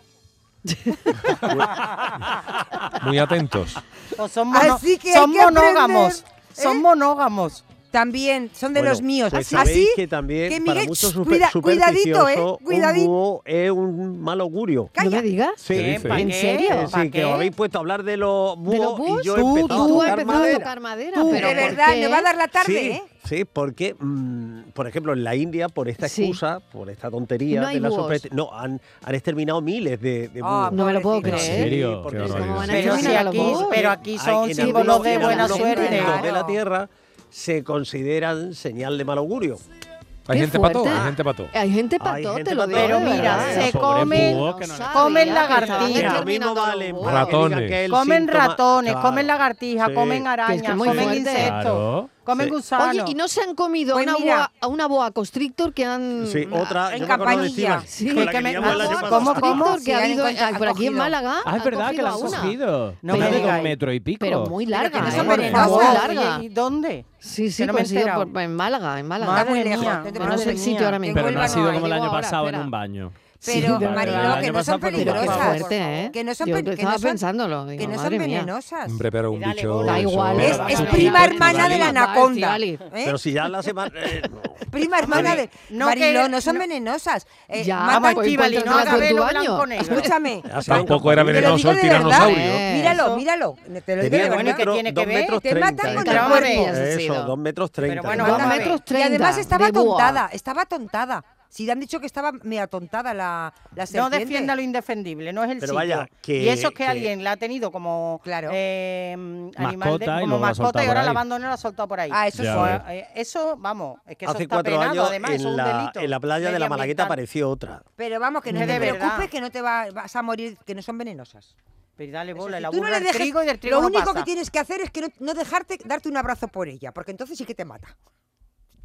Muy atentos.
O Pues son mono-
Así que hay
son
que aprender,
monógamos. Son
¿eh?
monógamos.
También, son de
Bueno,
los míos.
Pues
Así
sabéis que también
que
para
Miguel,
muchos
shh,
super-
cuida- cuidadito, ¿eh?
supersticiosos,
Cuidadito.
un búho es un mal augurio.
No me digas.
Sí,
¿Qué?
sí.
¿Pa ¿En qué? serio? ¿Pa
Sí, que
qué?
os habéis puesto a hablar de los búhos,
¿De los búhos?
y yo he
Tú,
empezado
tú
a
has
tocar
empezado a
madera.
tocar madera, pero
de
¿por
verdad,
qué?
me va a dar la tarde,
sí,
¿eh?
sí, porque, mm, por ejemplo, en la India, por esta
Sí.
excusa, por esta tontería
No hay
de la
búhos.
supersti- no, han, han exterminado miles de, de
Ah,
búhos.
No me lo puedo
¿En
creer.
serio?
porque
Qué
es como
barbaridad.
van a
Pero, si
exterminar a los
aquí,
búhos.
pero aquí son
Hay- en
símbolos
algunos-
de
en
buena
algunos
suerte.
puntos de la Tierra se consideran señal de mal augurio. Ah,
Hay
Qué
gente pató,
fuerte.
hay gente pató.
Hay gente
Hay
pató,
gente
te lo
pató,
digo.
Pero
de
mira,
verdad,
se
¿eh?
Pobre
comen-
búho, que no-
Sabía
comen
que
lagartijas.
estaban
Lo mismo
exterminando a los
vale
búhos.
para que diga
Ratones.
que el
Comen
síntoma-
ratones,
Claro.
comen lagartijas,
Sí.
comen arañas,
Que es muy
comen
fuerte.
insectos,
Claro.
comen
Sí.
gusanos.
Oye, ¿y no se han comido
Pues
a una
mira.
boa, a una boa constrictor que han
Sí,
En
otra, yo me acuerdo de
campanilla.
Estival,
Sí,
con la
que
que
me-
liamos el año
¿Cómo,
pasado.
cómo, cómo?
Constrictor
Sí,
que ha
han
habido
encont- han
por aquí en
cogido.
Málaga.
Ah, es
han
verdad que la han
a una.
cogido.
No
Una
me
de dos
digáis.
metro y pico.
Pero muy
Pero que
larga,
no
¿eh?
son
Por
venenosas.
favor,
Oye,
larga.
¿Y dónde?
Sí, sí,
que no me he
consigo
enterado.
por- en Málaga, en Málaga.
Está
Madre
muy lejos.
mía,
no te
Pero no
preocupes.
sé el
mía.
sitio ahora mismo.
Pero no
Vuelva,
ha
no,
sido
ahí
como el
Digo,
año
ahora,
pasado en
espera.
un baño.
Pero,
¿verdad? El
Mariló,
año
que no
pasado
son
fue muy
Pero qué
peligrosas.
fuerte.
fuerte, ¿eh?
Que no son
Yo
pe- que
estaba
no son-
pensándolo. digo,
Que no son
madre mía.
venenosas.
Hombre, pero un bicho.
Da
eso-
igual.
Es,
Pero
es
vale,
prima
vale,
hermana
vale,
de la
vale,
anaconda.
vale.
¿eh?
Pero si ya la semana... eh, no.
Prima hermana de.
No,
Mariló,
que-
no son
no.
venenosas. Eh,
Ya,
matan-
Vamos,
Vamos,
pues,
Estivali, no
encuéntrate
haga
con tu
velo
baño.
blanco negro.
Escúchame.
Ha sido un
Tampoco era
Te lo digo
venenoso el
de verdad.
tiranosaurio.
Eh.
Míralo, míralo. Te lo digo de
Tenía dos
verdad.
que
metros,
tiene que
dos
ver,
metros
te matan
treinta,
con
¿eh?
la cuerda.
Eso, dos metros treinta.
Pero bueno,
¿no?
vamos a
Dos
ver.
metros
Y además
treinta
estaba
de boa.
tontada, estaba tontada. Si le han dicho que estaba me atontada la, la
No
serpiente.
defienda lo indefendible, no es el
Pero
sitio.
vaya, que-
y eso es que,
que-
alguien la ha tenido como
Claro.
eh, animal de-
Mascota y
como
luego la ha soltado
mascota y
por
ahora la
ahí.
abandonó y la ha soltado por ahí.
Ah, eso
Ya
sí.
ves.
Eh, eso, vamos, es que eso
Hace
está
cuatro
penado,
años
además, eso es
en
un
la,
delito
en la playa de la Malagueta
medioambiental.
apareció otra.
Pero vamos, que no
Es
te
de verdad.
preocupes, que no te va- vas a morir, que no son venenosas.
Pero dale
Eso
bola,
sí,
la
tú no
burra
le
al
dejes-
trigo y del trigo
Lo
no
único
pasa.
que tienes que hacer es que no, no dejarte darte un abrazo por ella, porque entonces sí que te mata.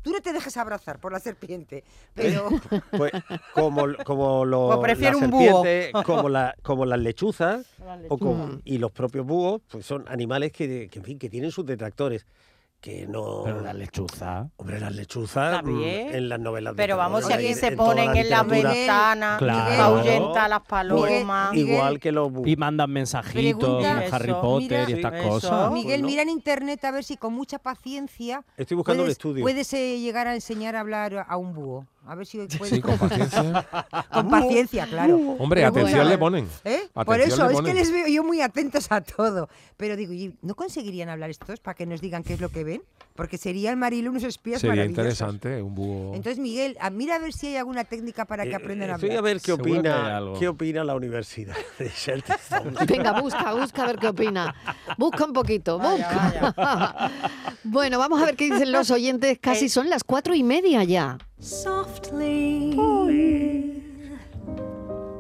Tú no te dejes abrazar por la serpiente, pero
Pues como, como los
Pues prefiero
las
un búho.
serpientes, como, la- como las lechuzas
Las
o como-
lechuzas.
y los propios búhos, pues son animales que, que, en fin, que tienen sus detractores. que no.
Pero la lechuza.
Hombre, las lechuzas
Está bien.
mm, en las novelas. de
Pero vamos, si
Torres,
aquí se
toda
ponen en las
literatura.
ventanas,
Claro.
ahuyenta a las palomas.
Igual que los Y mandan mensajitos
Pregunta-
a Harry Potter y estas cosas. Ah,
Miguel, mira en internet a ver si con mucha paciencia.
Estoy buscando el
puedes-
estudio.
Puedes eh, llegar a enseñar a hablar a un búho. A ver si puedes.
con paciencia.
con paciencia, claro.
Hombre,
Pero
atención
bueno.
le ponen.
¿Eh? Por
Atención
eso, es
le
que
ponen.
les veo yo muy atentos a todo. Pero digo, "Oye, ¿no conseguirían hablar estos para que nos digan qué es lo que ven? Porque serían Marilo unos espías
Sería
maravillosos.
interesante un búho.
Entonces, Miguel, a- mira a ver si hay alguna técnica para
Eh,
que aprendan a hablar.
Estoy a ver qué
Seguro que hay
opina,
algo.
qué opina la universidad de Shelterstone.
Venga, busca, busca a ver qué opina. Busca un poquito, busca. bueno, vamos a ver qué dicen los oyentes. Casi son las cuatro y media ya.
softly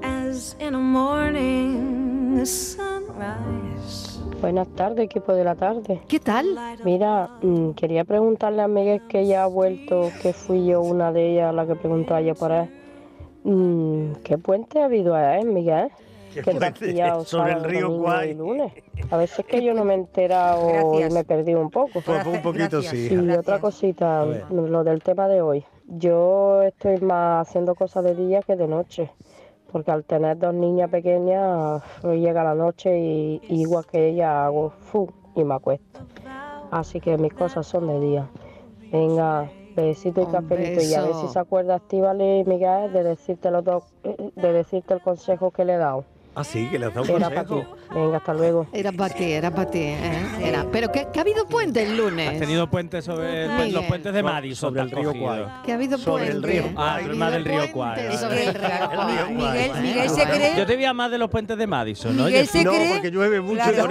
as in a morning sunrise.
Buenas tardes, equipo de la tarde.
¿Qué tal?
Mira, mm, quería preguntarle a Miguel que ya ha vuelto, que fui yo una de ellas la que preguntó ayer por él. Mm, ¿Qué puente ha habido ahí, Miguel?
¿Qué
Que te has
puente?
pillado
Sobre el
sábado,
río
domingo
Guay.
y lunes. A veces que yo no me he enterado
Gracias.
y me he perdido un poco.
Pues un poquito Gracias, sí.
Y
gracias.
otra cosita, mm,
A ver.
lo del tema de hoy. Yo estoy más haciendo cosas de día que de noche. Porque al tener dos niñas pequeñas, hoy llega la noche y, y igual que ella hago fu y me acuesto. Así que mis cosas son de día. Venga, besito y cafelito. Y a ver si
beso.
se acuerda, Estíbales y Miguel, de decirte, los dos, eh, de decirte el consejo que le he dado.
Ah, sí, que le has dado
Era
un
para ti.
consejo.
Venga, hasta luego.
Era para ti, era para ti. ¿eh? Era. Pero que, que ha habido puente el
Has
lunes.
tenido puentes sobre pues,
Miguel.
los puentes de
So-
Madison.
sobre el
te has
río
cogido.
Kwai.
Que ha habido
Sobre el
puente.
río. Ah, el más del río Kwai.
puente sobre el río Kwai.
Miguel- Miguel se cree-
Yo te veía más de los puentes de Madison, ¿no?
Miguel
Yo-
se No, cree- porque
llueve mucho
Claro.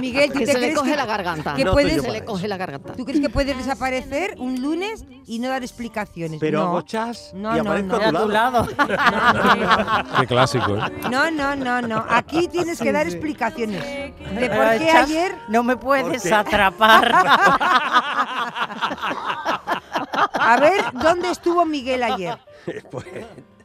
Miguel, ¿tú
Que
te
se le
crees
coge
que-
la garganta.
que
No
puedes-
estoy yo Se para le eso. coge la garganta.
¿Tú crees que puedes desaparecer un lunes y no dar explicaciones?
Pero
no.
hago chas
No,
y
no,
aparezco
no.
a tu lado.
Qué clásico, ¿eh?
No, no, no, no. Aquí tienes que dar explicaciones de
Pero
por qué
chas
ayer
No me puedes
qué?
atrapar.
A ver, ¿dónde estuvo Miguel ayer?
Pues,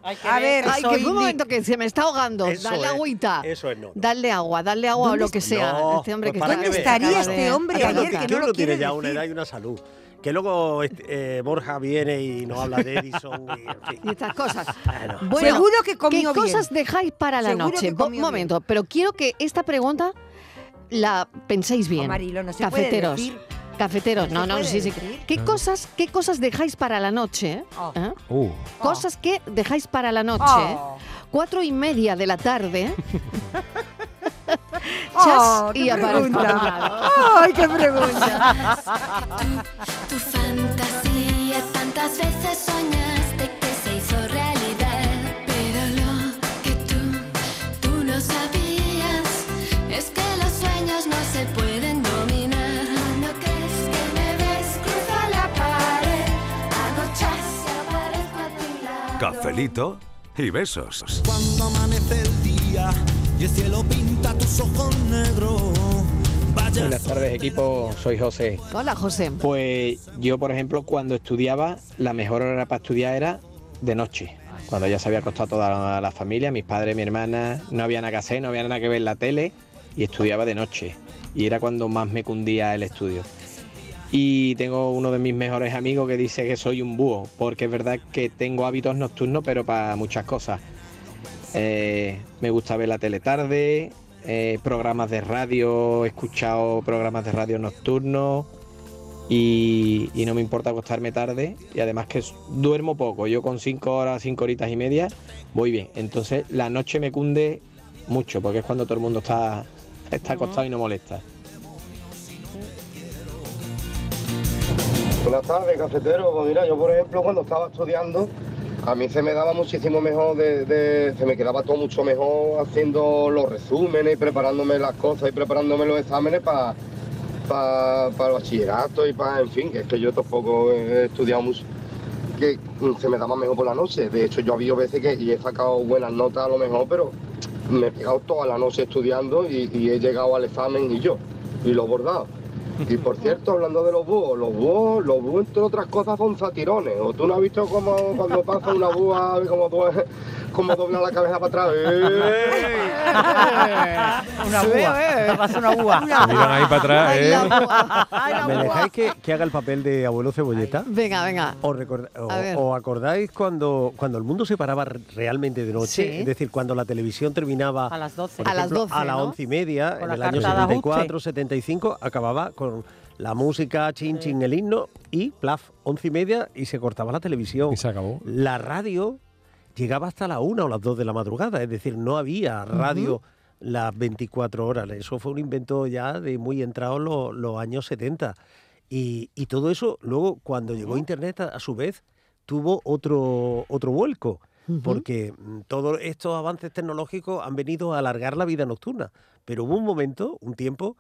A ver,
ay,
soy
que fue un
Nick.
momento que se me está ahogando.
Eso
dale
es,
agüita.
eso es, no, no.
Dale agua, dale agua o
¿Dónde
lo que
está-
sea.
No,
este hombre
pues
que
para
está-
que vea.
estaría este hombre
Acá
ayer que no
uno
lo
tiene
quiere
ya una edad y una salud. Que luego este, eh, Borja viene y nos habla de Edison y, en fin.
Y estas cosas.
Bueno, Seguro que comió
¿Qué
bien.
cosas dejáis para la
Seguro
noche?
que
Bo-
comió
Un momento, pero quiero que esta pregunta la penséis bien.
Marilo, no se puede
Cafeteros.
decir.
Cafeteros,
No
no,
se
no,
puede
sí, sí.
decir. Oh.
¿Qué cosas, ¿Qué cosas dejáis para la noche? ¿Eh?
Uh.
Cosas que dejáis para la noche.
Oh.
Cuatro y media de la tarde. Chas
Oh,
y
qué
aparezco
pregunta.
por un lado.
Ay, qué pregunta.
Tu fantasía tantas veces soñaste que se hizo realidad. Pero lo que tú, tú no sabías es que los sueños no se pueden dominar. ¿No crees que me ves cruza la pared? Hago chas y aparezco a tu lado.
Cafelito y besos.
Cuando amanece el día y el cielo pinta tus ojos negros. Vaya
Buenas tardes equipo, soy José.
Hola, José.
Pues yo, por ejemplo, cuando estudiaba, la mejor hora para estudiar era de noche. Cuando ya se había acostado toda la, la familia, mis padres, mi hermana, no había nada que hacer, no había nada que ver en la tele y estudiaba de noche. Y era cuando más me cundía el estudio. Y tengo uno de mis mejores amigos que dice que soy un búho, porque es verdad que tengo hábitos nocturnos, pero para muchas cosas. Eh, me gusta ver la tele tarde, eh, programas de radio, he escuchado programas de radio nocturnos y, y no me importa acostarme tarde y además que s- duermo poco, yo con 5 horas, 5 horitas y media voy bien. Entonces la noche me cunde mucho porque es cuando todo el mundo está, está acostado y no molesta.
Buenas tardes, cafetero. Pues mira, yo por ejemplo cuando estaba estudiando, a mí se me daba muchísimo mejor, de, de- se me quedaba todo mucho mejor haciendo los resúmenes y preparándome las cosas y preparándome los exámenes para el bachillerato y para, en fin, que es que yo tampoco he estudiado mucho, que mm, se me daba mejor por la noche. De hecho, yo había veces que y he sacado buenas notas a lo mejor, pero me he pegado toda la noche estudiando y, y he llegado al examen y yo, y lo he bordado. Y por cierto, hablando de los búhos, los búhos, los búhos entre otras cosas son satirones. ¿O tú no has visto cómo cuando pasa una búa, cómo, due- cómo dobla la cabeza para atrás? ¡Eh!
una uva. Me pasa una uva.
Miran ahí para atrás,
Ay,
¿eh?
la uva. Ay, la
¿Me
uva.
dejáis que, que haga el papel de abuelo cebolleta?
Venga, venga.
¿Os, recorda- o-
A ver.
o acordáis cuando, cuando el mundo se paraba re- realmente de noche?
Sí.
Es decir, cuando la televisión terminaba
A las 12.
por
A las
ejemplo,
12,
a las
¿no?
11 y media,
Con
en
la
el año
carta de
74, 75, acababa con la música, chin, chin, el himno y plaf, 11 y media y se cortaba la televisión. Y se acabó. La radio llegaba hasta la 1 o las 2 de la madrugada, es decir, no había radio. Las 24 horas, eso fue un invento ya de muy entrados los, los años 70. Y, y todo eso, luego, cuando llegó Internet, a, a su vez, tuvo otro, otro vuelco. Porque mm, todos estos avances tecnológicos han venido a alargar la vida nocturna. Pero hubo un momento, un tiempo,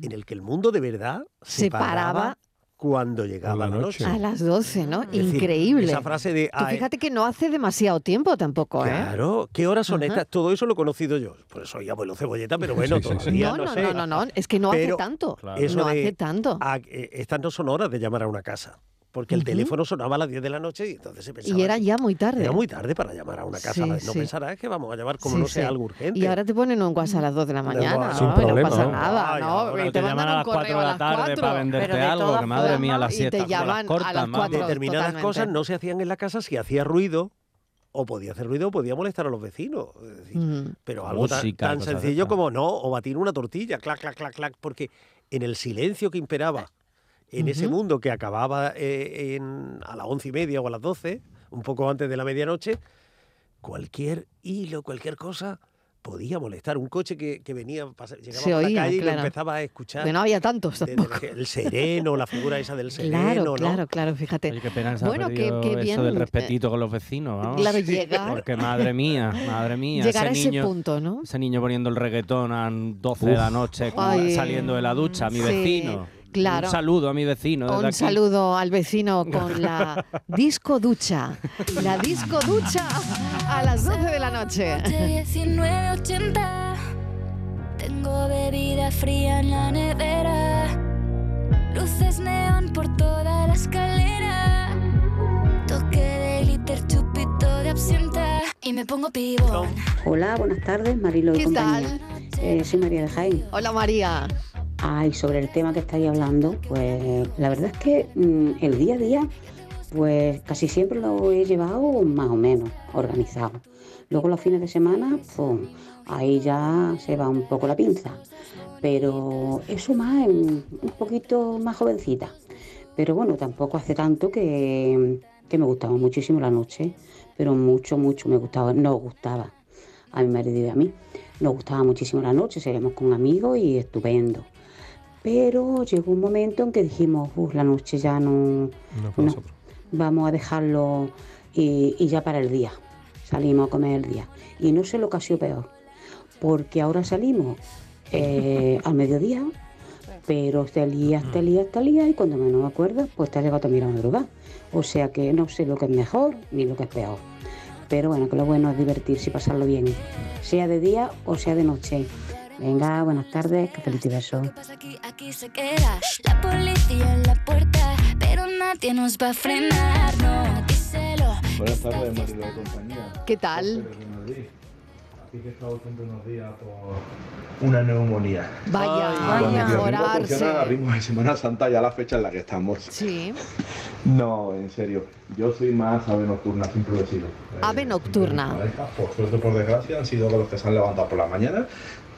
en el que el mundo de verdad se,
Se paraba
paraba cuando llegaba la noche.
A las 12, ¿no?
Es decir,
Increíble.
esa frase de,
Que
"Ah, eh,
fíjate que no hace demasiado tiempo tampoco, ¿eh?
Claro, ¿qué horas son
Ajá.
estas? Todo eso lo he conocido yo. Pues soy abuelo cebolleta, pero bueno,
Sí, sí, sí.
todavía
No,
no,
no,
sé.
no, no, no, es que no hace
Pero
tanto. Claro.
eso
No
de-
hace tanto.
a- eh, estas no son horas de llamar a una casa. Porque el
Ujú.
teléfono sonaba a las 10 de la noche y entonces se pensaba.
Y era ya muy tarde.
Era muy tarde para llamar a una casa.
Sí,
no
sí.
pensarás que vamos a llamar como
Sí,
no sea
sí.
algo urgente.
Y ahora te ponen un WhatsApp a las 2 de la mañana.
Sin
¿no? Y no
problema,
pasa
¿no?
nada, ¿no? Y
te llaman a las 4 de la tarde para venderte algo, que madre mía, las
Y te
siestas. como las
llaman a las
cortan, vamos.
4.
Determinadas cosas no se hacían en la casa si hacía ruido. O podía hacer ruido o podía molestar a los vecinos. Es decir,
Mm.
Pero algo tan-
Música,
tan,
cosas de
sencillo como no, o batir una tortilla, clac, clac, clac, clac, porque en el silencio que imperaba, en ese
Ujú.
mundo que acababa eh, en- a las once y media o a las doce, un poco antes de la medianoche, cualquier hilo, cualquier cosa podía molestar. Un coche que, que venía, pasa- llegaba
Se
por
oía,
la calle y
claro.
lo empezaba a escuchar.
Que no había tantos
Desde
tampoco.
que El sereno, la figura esa del sereno,
Claro,
¿no?
claro, claro, fíjate.
Qué pena se ha
Bueno, qué-
perdido
qué bien,
eso del
eh,
respetito con los vecinos, vamos.
claro, llegar-
Porque madre mía, madre mía.
Llegar a ese
niño,
punto, ¿no?
Ese niño poniendo el reggaetón a 12 de la
Uf.
noche,
Ay.
saliendo de la ducha, mi
Sí,
vecino.
claro.
Un saludo a mi vecino. desde
Un
aquí.
saludo al vecino con la disco ducha. La disco ducha a las 12 de la noche.
1980 Tengo bebida fría en la nevera Luces neón por toda la escalera Toque de glitter, chupito de absenta Y me pongo pibón
Hola, buenas tardes, Marilo
¿Qué
y compañía. Eh, soy María de Jaén.
Hola María.
Ay, sobre el tema que estáis hablando, pues la verdad es que mm, el día a día, pues casi siempre lo he llevado más o menos organizado. Luego los fines de semana, pues ahí ya se va un poco la pinza. Pero eso más, en- un poquito más jovencita. Pero bueno, tampoco hace tanto que, que me gustaba muchísimo la noche, pero mucho, mucho me gustaba, nos gustaba a mi marido y a mí. Nos gustaba muchísimo la noche, salíamos con amigos y estupendo. Pero llegó un momento en que dijimos, "Uf, la noche ya no... no. Vamos a dejarlo y, y ya para el día. Salimos a comer el día. Y no sé lo que ha sido peor, porque ahora salimos eh, al mediodía, pero hasta el día, hasta el día, hasta el día, y cuando menos me acuerdas, pues te has llegado también a la madrugada. O sea que no sé lo que es mejor ni lo que es peor. Pero bueno, que lo bueno es divertirse y pasarlo bien, sea de día o sea de noche. Venga, buenas tardes, que feliz diverso.
aquí, aquí se queda La policía en la puerta Pero nadie nos va a frenar No, díselo
Buenas tardes, Marilo de compañía.
¿Qué tal?
Desde Madrid. Aquí que he estado haciendo unos días por una neumonía.
Vaya,
Con
vaya,
el biorritmo
mejorarse.
funciona a ritmo de Semana Santa ya la fecha en la que estamos.
Sí.
No, en serio. Yo soy más ave nocturna, siempre lo he sido.
Ave nocturna.
parejas, por suerte o por desgracia, han sido los que se han levantado por la mañana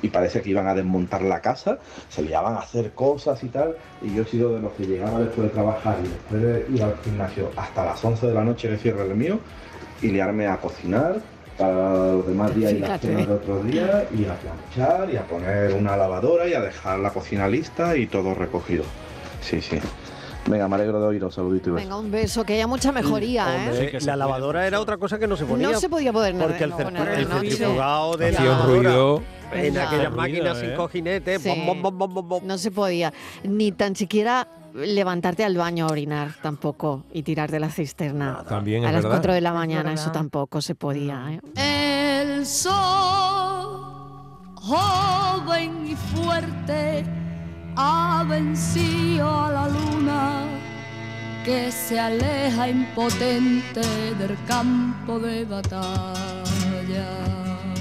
y parece que iban a desmontar la casa, se liaban a hacer cosas y tal. Y yo he sido de los que llegaba después de trabajar y después de ir al gimnasio hasta las 11 de la noche que cierra el mío y liarme a cocinar para los demás días y las
Fíjate.
cenas de otros días y a planchar y a poner una lavadora y a dejar la cocina lista y todo recogido. Sí, sí. Venga, me alegro de oíros. Saludito y besos.
Venga, un beso, que haya mucha mejoría,
Hombre,
¿eh?
la lavadora era otra cosa que no se ponía.
No se podía poner nada,
Porque el,
no,
cer-
poner
el
de noche.
centrifugado de la
Hacía un
lavadora,
ruido.
En
Ya.
aquellas
Ruido,
máquinas
¿eh?
sin cojinetes.
Sí.
bom, bom, bom,
No se podía. Ni tan siquiera levantarte al baño a orinar tampoco y tirar de la cisterna.
También es
a las
verdad.
4 de la mañana eso tampoco se podía. ¿eh?
El sol, joven y fuerte, ha vencido a la luna que se aleja impotente del campo de batalla.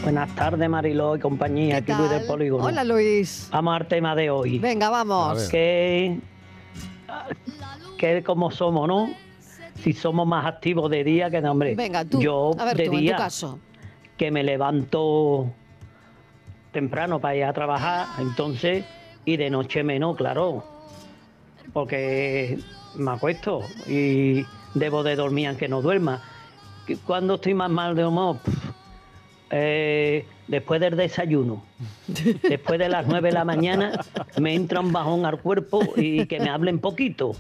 Buenas tardes, Mariló y compañía. Aquí Luis del Polígono.
Hola, Luis.
Vamos al tema de hoy.
Venga,
A
vamos.
ver. Que, que como somos, ¿no? Si somos más activos de día que de hombre.
Venga, tú.
Yo
A ver,
de
tú, en tu
día
caso.
que me levanto temprano para ir a trabajar, entonces, y de noche menos, claro. Porque me acuesto y debo de dormir aunque no duerma. Que Cuando estoy más mal de humor, Pff, eh, después del desayuno, después de las 9 de la mañana, me entra un bajón al cuerpo y que me hablen poquito.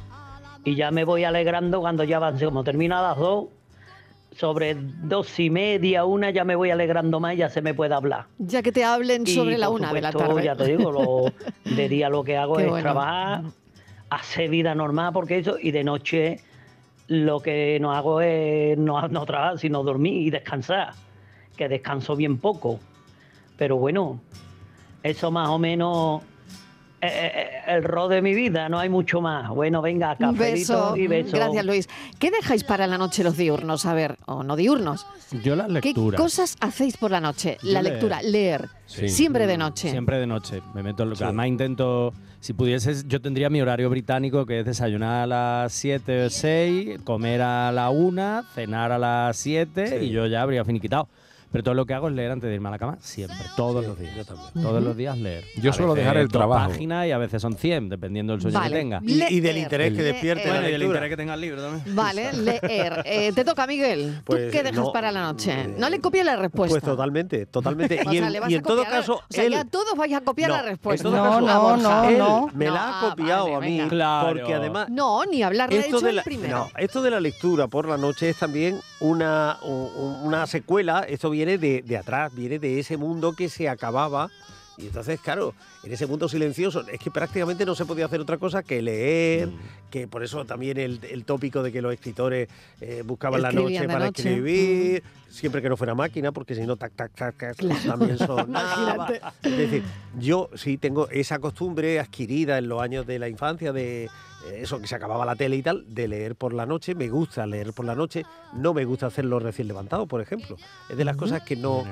Y ya me voy alegrando cuando ya avance, como termina a las 2, sobre dos y media, una, ya me voy alegrando más y ya se me puede hablar.
Ya que te hablen
Y,
sobre la
por
una de la
supuesto,
tarde.
Ya te digo, lo, de día lo que hago
Qué
es
bueno.
trabajar, hacer vida normal, porque eso, y de noche lo que no hago es no, no trabajar, sino dormir y descansar, que descanso bien poco. Pero bueno, eso más o menos es, es- es el rol de mi vida, no hay mucho más. Bueno, venga,
Un
cafelito
beso.
y beso.
Gracias, Luis. ¿Qué dejáis para la noche los diurnos? A ver, o no diurnos.
Yo las lecturas.
¿Qué cosas hacéis por la noche?
Yo
la
leer.
lectura, leer.
Sí. Mm,
Siempre de noche.
Siempre de noche. Me meto en lo que. Además, intento. Si pudieses, yo tendría mi horario británico, que es desayunar a las 7 o 6, comer a la 1, cenar a las 7 y yo ya habría finiquitado. Pero todo lo que hago es leer antes de irme a la cama, siempre, todos los días. Todos
Ujú.
los días leer.
Yo
A
suelo
veces
dejar el
dos
trabajo.
páginas y a veces son 100, dependiendo del sueño
Vale.
que tenga.
Y- y del Leer, interés que leer. despierte la
Bueno, y del
lectura.
interés que tenga el libro también.
Vale, leer. Eh, te toca, Miguel. ¿Tú
Pues,
qué dejas
no,
para la noche? no le copies la
Pues,
respuesta.
totalmente, totalmente.
O
y
sea,
en,
le vas
y
a
en todo
copiar la-
caso,
o sea,
él-
ya todos vais a copiar
No,
la respuesta.
en todo caso,
Una bolsa.
él me la
No,
ha copiado
vale,
a mí,
venga.
porque además
No, ni hablar de hecho
de
el
la,
primero.
no, esto de la lectura por la noche es también una, u- u- una secuela, esto viene de, de atrás, viene de ese mundo que se acababa. Y entonces, claro, en ese mundo silencioso es que prácticamente no se podía hacer otra cosa que leer, que por eso también el, el tópico de que los escritores eh, buscaban la
Escribían
noche
de
para
noche. Mm.
escribir, siempre que no fuera máquina, porque si no, tac, tac, tac, tac, también sonaba.
Imagínate.
Es decir, yo sí tengo esa costumbre adquirida en los años de la infancia de eh, eso que se acababa la tele y tal, de leer por la noche. Me gusta leer por la noche, no me gusta hacerlo recién levantado, por ejemplo. Es de las cosas que no,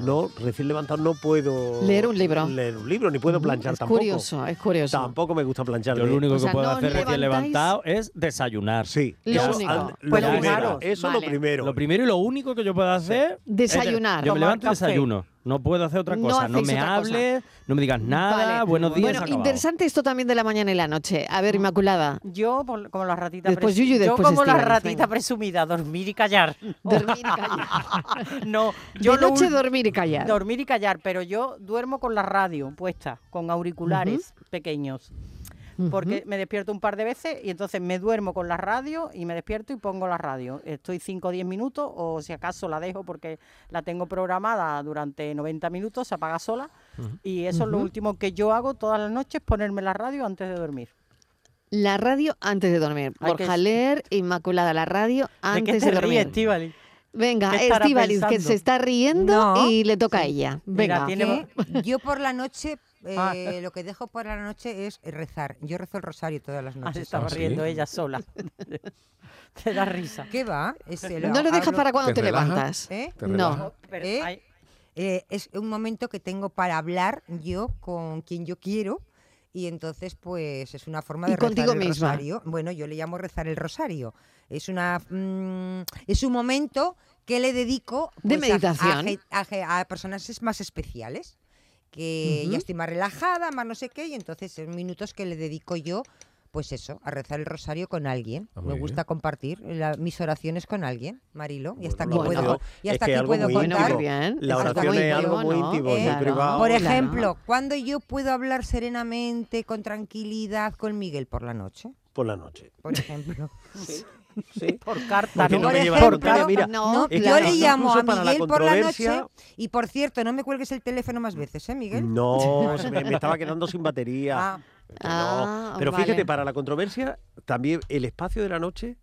no recién levantado no puedo
Leer un libro.
leer un libro ni puedo planchar
es
tampoco.
curioso, es curioso.
Tampoco me gusta planchar.
Yo lo único
O sea,
que puedo
no os
hacer recién
levantáis-
levantado es desayunar.
Sí,
Lo
Ya,
único.
an-
Pues
ya
fijaros,
está.
Eso lo vale. primero.
Lo primero y lo único que yo puedo hacer
Desayunar.
es de- yo
Tomar
me levanto y
café.
desayuno. No puedo hacer otra
No
cosa. No,
hacéis
me
otra cosa.
hables, no me digas nada.
Vale.
Buenos días.
Bueno,
se ha acabado.
Interesante esto también de la mañana y la noche. A ver, Inmaculada.
Yo, por- como la ratita
Después
presu-
Yuyu,
yo
después
como la
Estíbaliz,
ratita presumida, dormir y callar.
Dormir y callar.
no, yo
de
lo
noche
ul-
dormir y callar.
Dormir y callar, pero yo duermo con la radio puesta, con auriculares pequeños. Porque me despierto un par de veces y entonces me duermo con la radio y me despierto y pongo la radio. Estoy 5 o 10 minutos o si acaso la dejo porque la tengo programada durante 90 minutos, se apaga sola. Y eso es lo
Ujú.
último que yo hago todas las noches, ponerme la radio antes de dormir.
La radio antes de dormir.
Ay,
Borja
que-
leer, Inmaculada, la radio
¿De qué
antes
te
de
ríes,
dormir.
Estíbaliz?
Venga,
¿Qué estará
Estíbaliz, que
pensando?
se está riendo y le toca a ella. Venga.
Que Yo por la noche, eh,
Ah.
lo que dejo por la noche es rezar. Yo rezo el rosario todas las
Ah, se
noches.
estaba riendo ella sola. Te da risa.
¿Qué va? Ese
No lo dejas
hablo-
para cuando ¿Te te relaja? levantas.
¿Eh?
¿Te No. relaja?
Pero
¿Eh?
hay-
Eh, es un momento que tengo para hablar yo con quien yo quiero. Y entonces, pues, es una forma
Y
de rezar
contigo
el
misma.
rosario. Bueno, yo le llamo rezar el rosario. Es una mm, es un momento que le dedico
De
pues, a-
meditación.
A, a ge- a personas más especiales. Que
Ujú.
ya estoy más relajada, más no sé qué, y entonces son minutos que le dedico yo, pues eso, a rezar el rosario con alguien.
Ah,
Me gusta compartir la- mis oraciones con alguien, Marilo. Y hasta aquí
Bueno,
puedo, y hasta aquí puedo contar.
Bueno, muy bien.
La
Es algo
oración
muy
es algo muy íntimo, muy
Eh,
privado.
Por ejemplo, ¿cuándo yo puedo hablar serenamente, con tranquilidad, con Miguel? Por la noche,
Por la noche.
por ejemplo.
Por carta.
Porque
Por
no me lleva
ejemplo,
la contraria, mira.
no,
No,
yo
claro.
le llamo a
Incluso para la
Miguel por la noche.
controversia-
Y por cierto, no me cuelgues el teléfono más veces, ¿eh, Miguel?
No, se me, me estaba quedando sin batería.
Ah.
No.
Ah,
Oh, Pero
vale.
fíjate, para la controversia, también el espacio de la noche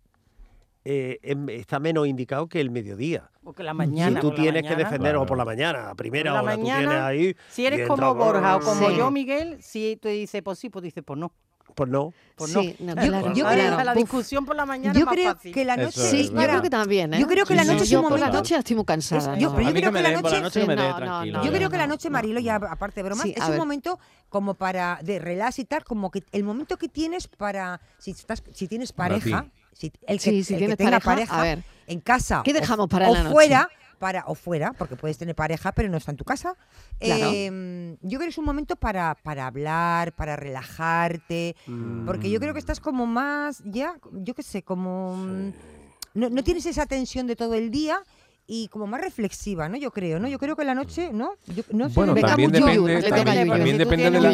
eh, em- está menos indicado que el mediodía.
O que la mañana,
Si tú
por la
tienes que
mañana.
defender o por la
Claro.
mañana, a primera
Por la
hora tú
mañana,
tienes ahí.
Si eres
y
como
entra-
Borja o como
Sí.
yo, Miguel, si tú dices pues sí, pues dices pues no.
Pues no.
Pues no.
Sí, no,
Yo-
claro,
yo
claro.
creo- la
Buf.
discusión por la mañana
Yo
es más
creo
fácil.
que la noche
Sí,
es
yo
para-
creo que también, ¿eh?
Yo creo que la
Sí,
noche
sí.
es
Yo
un
Por la
momento-
noche estoy muy cansada.
yo,
¿no?
pero yo creo que la noche,
No, no, no,
yo
no,
creo que la
no.
noche Marilo ya aparte de bromas
Sí, a
es un
ver.
momento como para de relax y tal, como que el momento que tienes para si estás si tienes
Para ti.
pareja, si el que,
Sí, si
el que
tienes
tenga
pareja,
pareja,
a ver.
en casa
¿Qué
o-
dejamos para
o
la noche?
fuera para o fuera, porque puedes tener pareja pero no está en tu casa.
Claro.
eh, yo creo que es un momento para para hablar, para relajarte, porque yo creo que estás como más ya, yo qué sé, como mm, no, no tienes esa tensión de todo el día y como más reflexiva, ¿no? Yo creo, ¿no? Yo creo que la noche, ¿no? Yo- no sé,
Bueno,
venga,
también
mucho yuyu,
depende,
le
también,
toca yuyu.
también depende de la. también-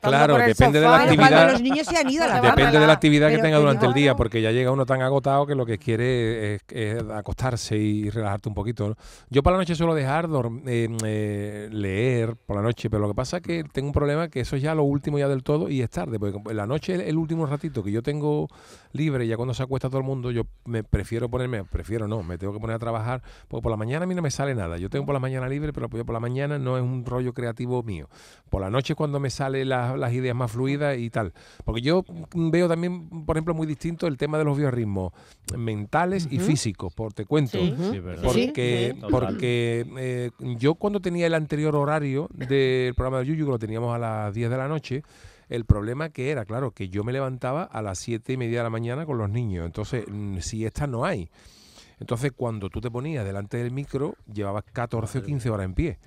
Claro, depende de la
Bueno,
actividad.
Cuando los niños se han ido a la
Depende de la actividad que
Pero
tenga durante el
no,
día, porque ya llega uno tan agotado que lo que quiere es, es acostarse y relajarte un poquito. ¿no? Yo para la noche suelo dejar dorm- eh, eh, leer por la noche, pero lo que pasa es que tengo un problema que eso es ya lo último ya del todo y es tarde, porque como la noche es el último ratito que yo tengo libre, ya cuando se acuesta todo el mundo, yo me prefiero ponerme, prefiero no, me tengo que poner a trabajar, porque por la mañana a mí no me sale nada. Yo tengo por la mañana libre, pero pues, por la mañana no es un rollo creativo mío. Por la noche es cuando me salen las- las ideas más fluidas y tal. Porque yo veo también, por ejemplo, muy distinto el tema de los biorritmos mentales y
Ujú.
físicos, por te cuento.
Sí. Sí, verdad.
Porque,
Sí, sí.
porque eh, yo cuando tenía el anterior horario del programa de Yuyu, que lo teníamos a las 10 de la noche, el problema que era, claro, que yo me levantaba a las 7 y media de la mañana con los niños. Entonces, mm, siesta no hay. Entonces, cuando tú te ponías delante del micro, llevabas 14 o 15 horas en pie.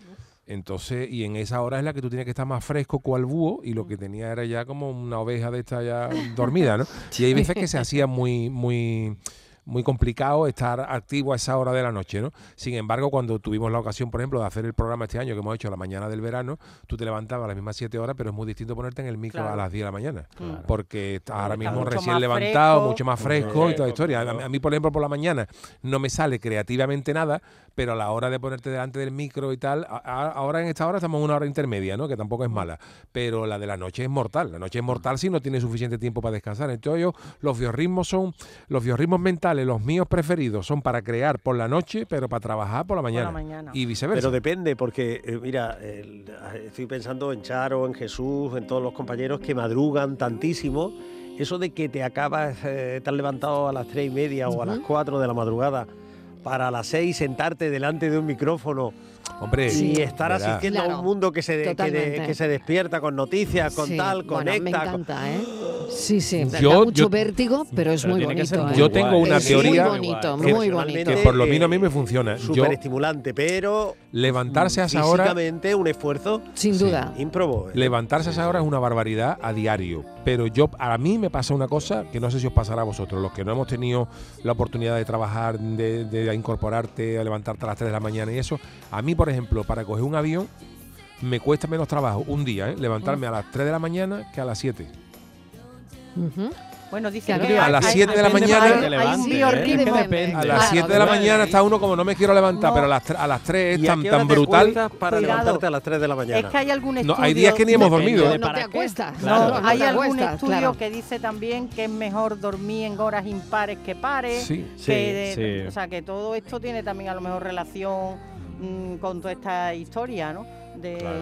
Entonces, y en esa hora es la que tú tienes que estar más fresco cual búho, y lo
Mm.
que tenía era ya como una oveja de esta ya dormida, ¿no? Y hay veces que se hacía muy, muy, muy complicado estar activo a esa hora de la noche, ¿no? Sin embargo, cuando tuvimos la ocasión, por ejemplo, de hacer el programa este año que hemos hecho a la mañana del verano, tú te levantabas a las mismas 7 horas, pero es muy distinto ponerte en el micro
Claro.
a las 10 de la mañana,
Claro.
porque estás ahora mismo
mucho
recién
más
levantado,
fresco.
mucho más
Mucho
fresco
más
y toda la
fresco,
historia. A- A mí, por ejemplo, por la mañana no me sale creativamente nada, pero a la hora de ponerte delante del micro y tal, a- a- ahora en esta hora estamos en una hora intermedia, ¿no? Que tampoco
Mm.
es mala, pero la de la noche es mortal. La noche es mortal si no tienes suficiente tiempo para descansar. Entonces yo, los biorritmos son, los biorritmos mentales, los míos preferidos son para crear por la noche, pero para trabajar por la mañana. Y viceversa.
Pero depende, porque eh, mira, el- estoy pensando en Charo, en Jesús, en todos los compañeros que madrugan tantísimo. Eso de que te acabas, eh, te has levantado a las tres y media o a las cuatro de la madrugada para a las seis sentarte delante de un micrófono.
Hombre,
y estar
verás.
asistiendo a
Claro,
un mundo que se, que de-
totalmente.
que se despierta con noticias, con
Sí,
tal,
bueno,
conecta.
me
con-
encanta, ¿eh? Sí, sí, da
Yo-
mucho
yo-
vértigo, pero es muy bonito. ¿eh?
Yo tengo una
Es
teoría
Muy bonito,
que-
muy bonito.
que por lo menos a mí me funciona. Yo
Súper estimulante, pero
levantarse a esa hora
físicamente un esfuerzo.
Sin duda.
Ímprobo. ¿eh?
Levantarse a esa hora es una barbaridad a diario, pero yo a mí me pasa una cosa que no sé si os pasará a vosotros, los que no hemos tenido la oportunidad de trabajar, de, de incorporarte, a levantarte a las 3 de la mañana y eso, a mí por ejemplo, para coger un avión me cuesta menos trabajo un día, ¿eh? levantarme a las 3 de la mañana que a las 7.
Bueno, dice
Claro.
que
A las
hay-
7 de la
hay- hay-
mañana-
hay un
Que levante, ¿eh?
biorritmo.
Es que
depende.
A las
Claro,
7 de la
claro.
mañana está uno como no me quiero levantar,
No.
pero a las, tre- a las 3
¿Y
es
a
tan,
qué hora
tan
te
brutal.
cuentas para
Cuidado.
levantarte a las 3 de la mañana?
Es que hay algún
No,
estudio.
hay días que ni hemos
Depende,
dormido, ¿eh?
No
¿Para
te
qué?
acuestas.
Claro.
No, hay
No te
algún
acuestas,
estudio
claro.
que dice también que es mejor dormir en horas impares que pares.
Sí,
que
sí,
de-
sí.
O sea, que todo esto tiene también a lo mejor relación mm, con toda esta historia, ¿no? De,
Claro.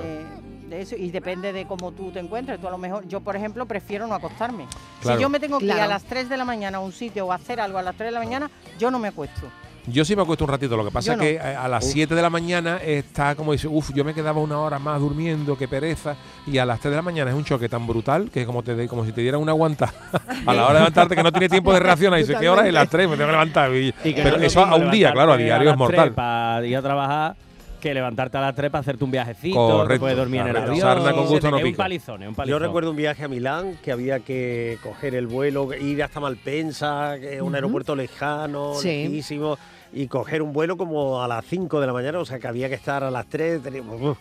de eso. Y depende de cómo tú te encuentres. Tú a lo mejor, yo por ejemplo, prefiero no acostarme.
Claro.
Si yo me tengo que ir a
Claro.
las 3 de la mañana a un sitio o hacer algo a las 3 de la mañana, yo no me acuesto.
Yo sí me acuesto un ratito, lo que pasa
Yo
es
no.
que eh, a, a las
Uf.
7 de la mañana está como dice, uff, yo me quedaba una hora más durmiendo, qué pereza. Y a las 3 de la mañana es un choque tan brutal que es como, te, de- como si te dieran una aguanta a la hora de levantarte que no tienes tiempo de reaccionar. Y dices, ¿qué hora es? Las 3, me tengo que levantar. Y-
que no
pero
es
eso
lo
a
mismo
un día, claro, a diario es mortal.
Para ir a trabajar que levantarte a las 3 para hacerte un viajecito,
Correcto,
que puedes dormir en el
correcto.
avión.
Sarna con gusto no
es un
pica.
palizón, es un
Yo
palizón.
recuerdo un viaje a Milán que había que coger el vuelo, ir hasta Malpensa, que es un
Ujú.
aeropuerto lejano,
Sí.
lejísimo, y coger un vuelo como a las 5 de la mañana, o sea que había que estar a las 3. teníamos- uf.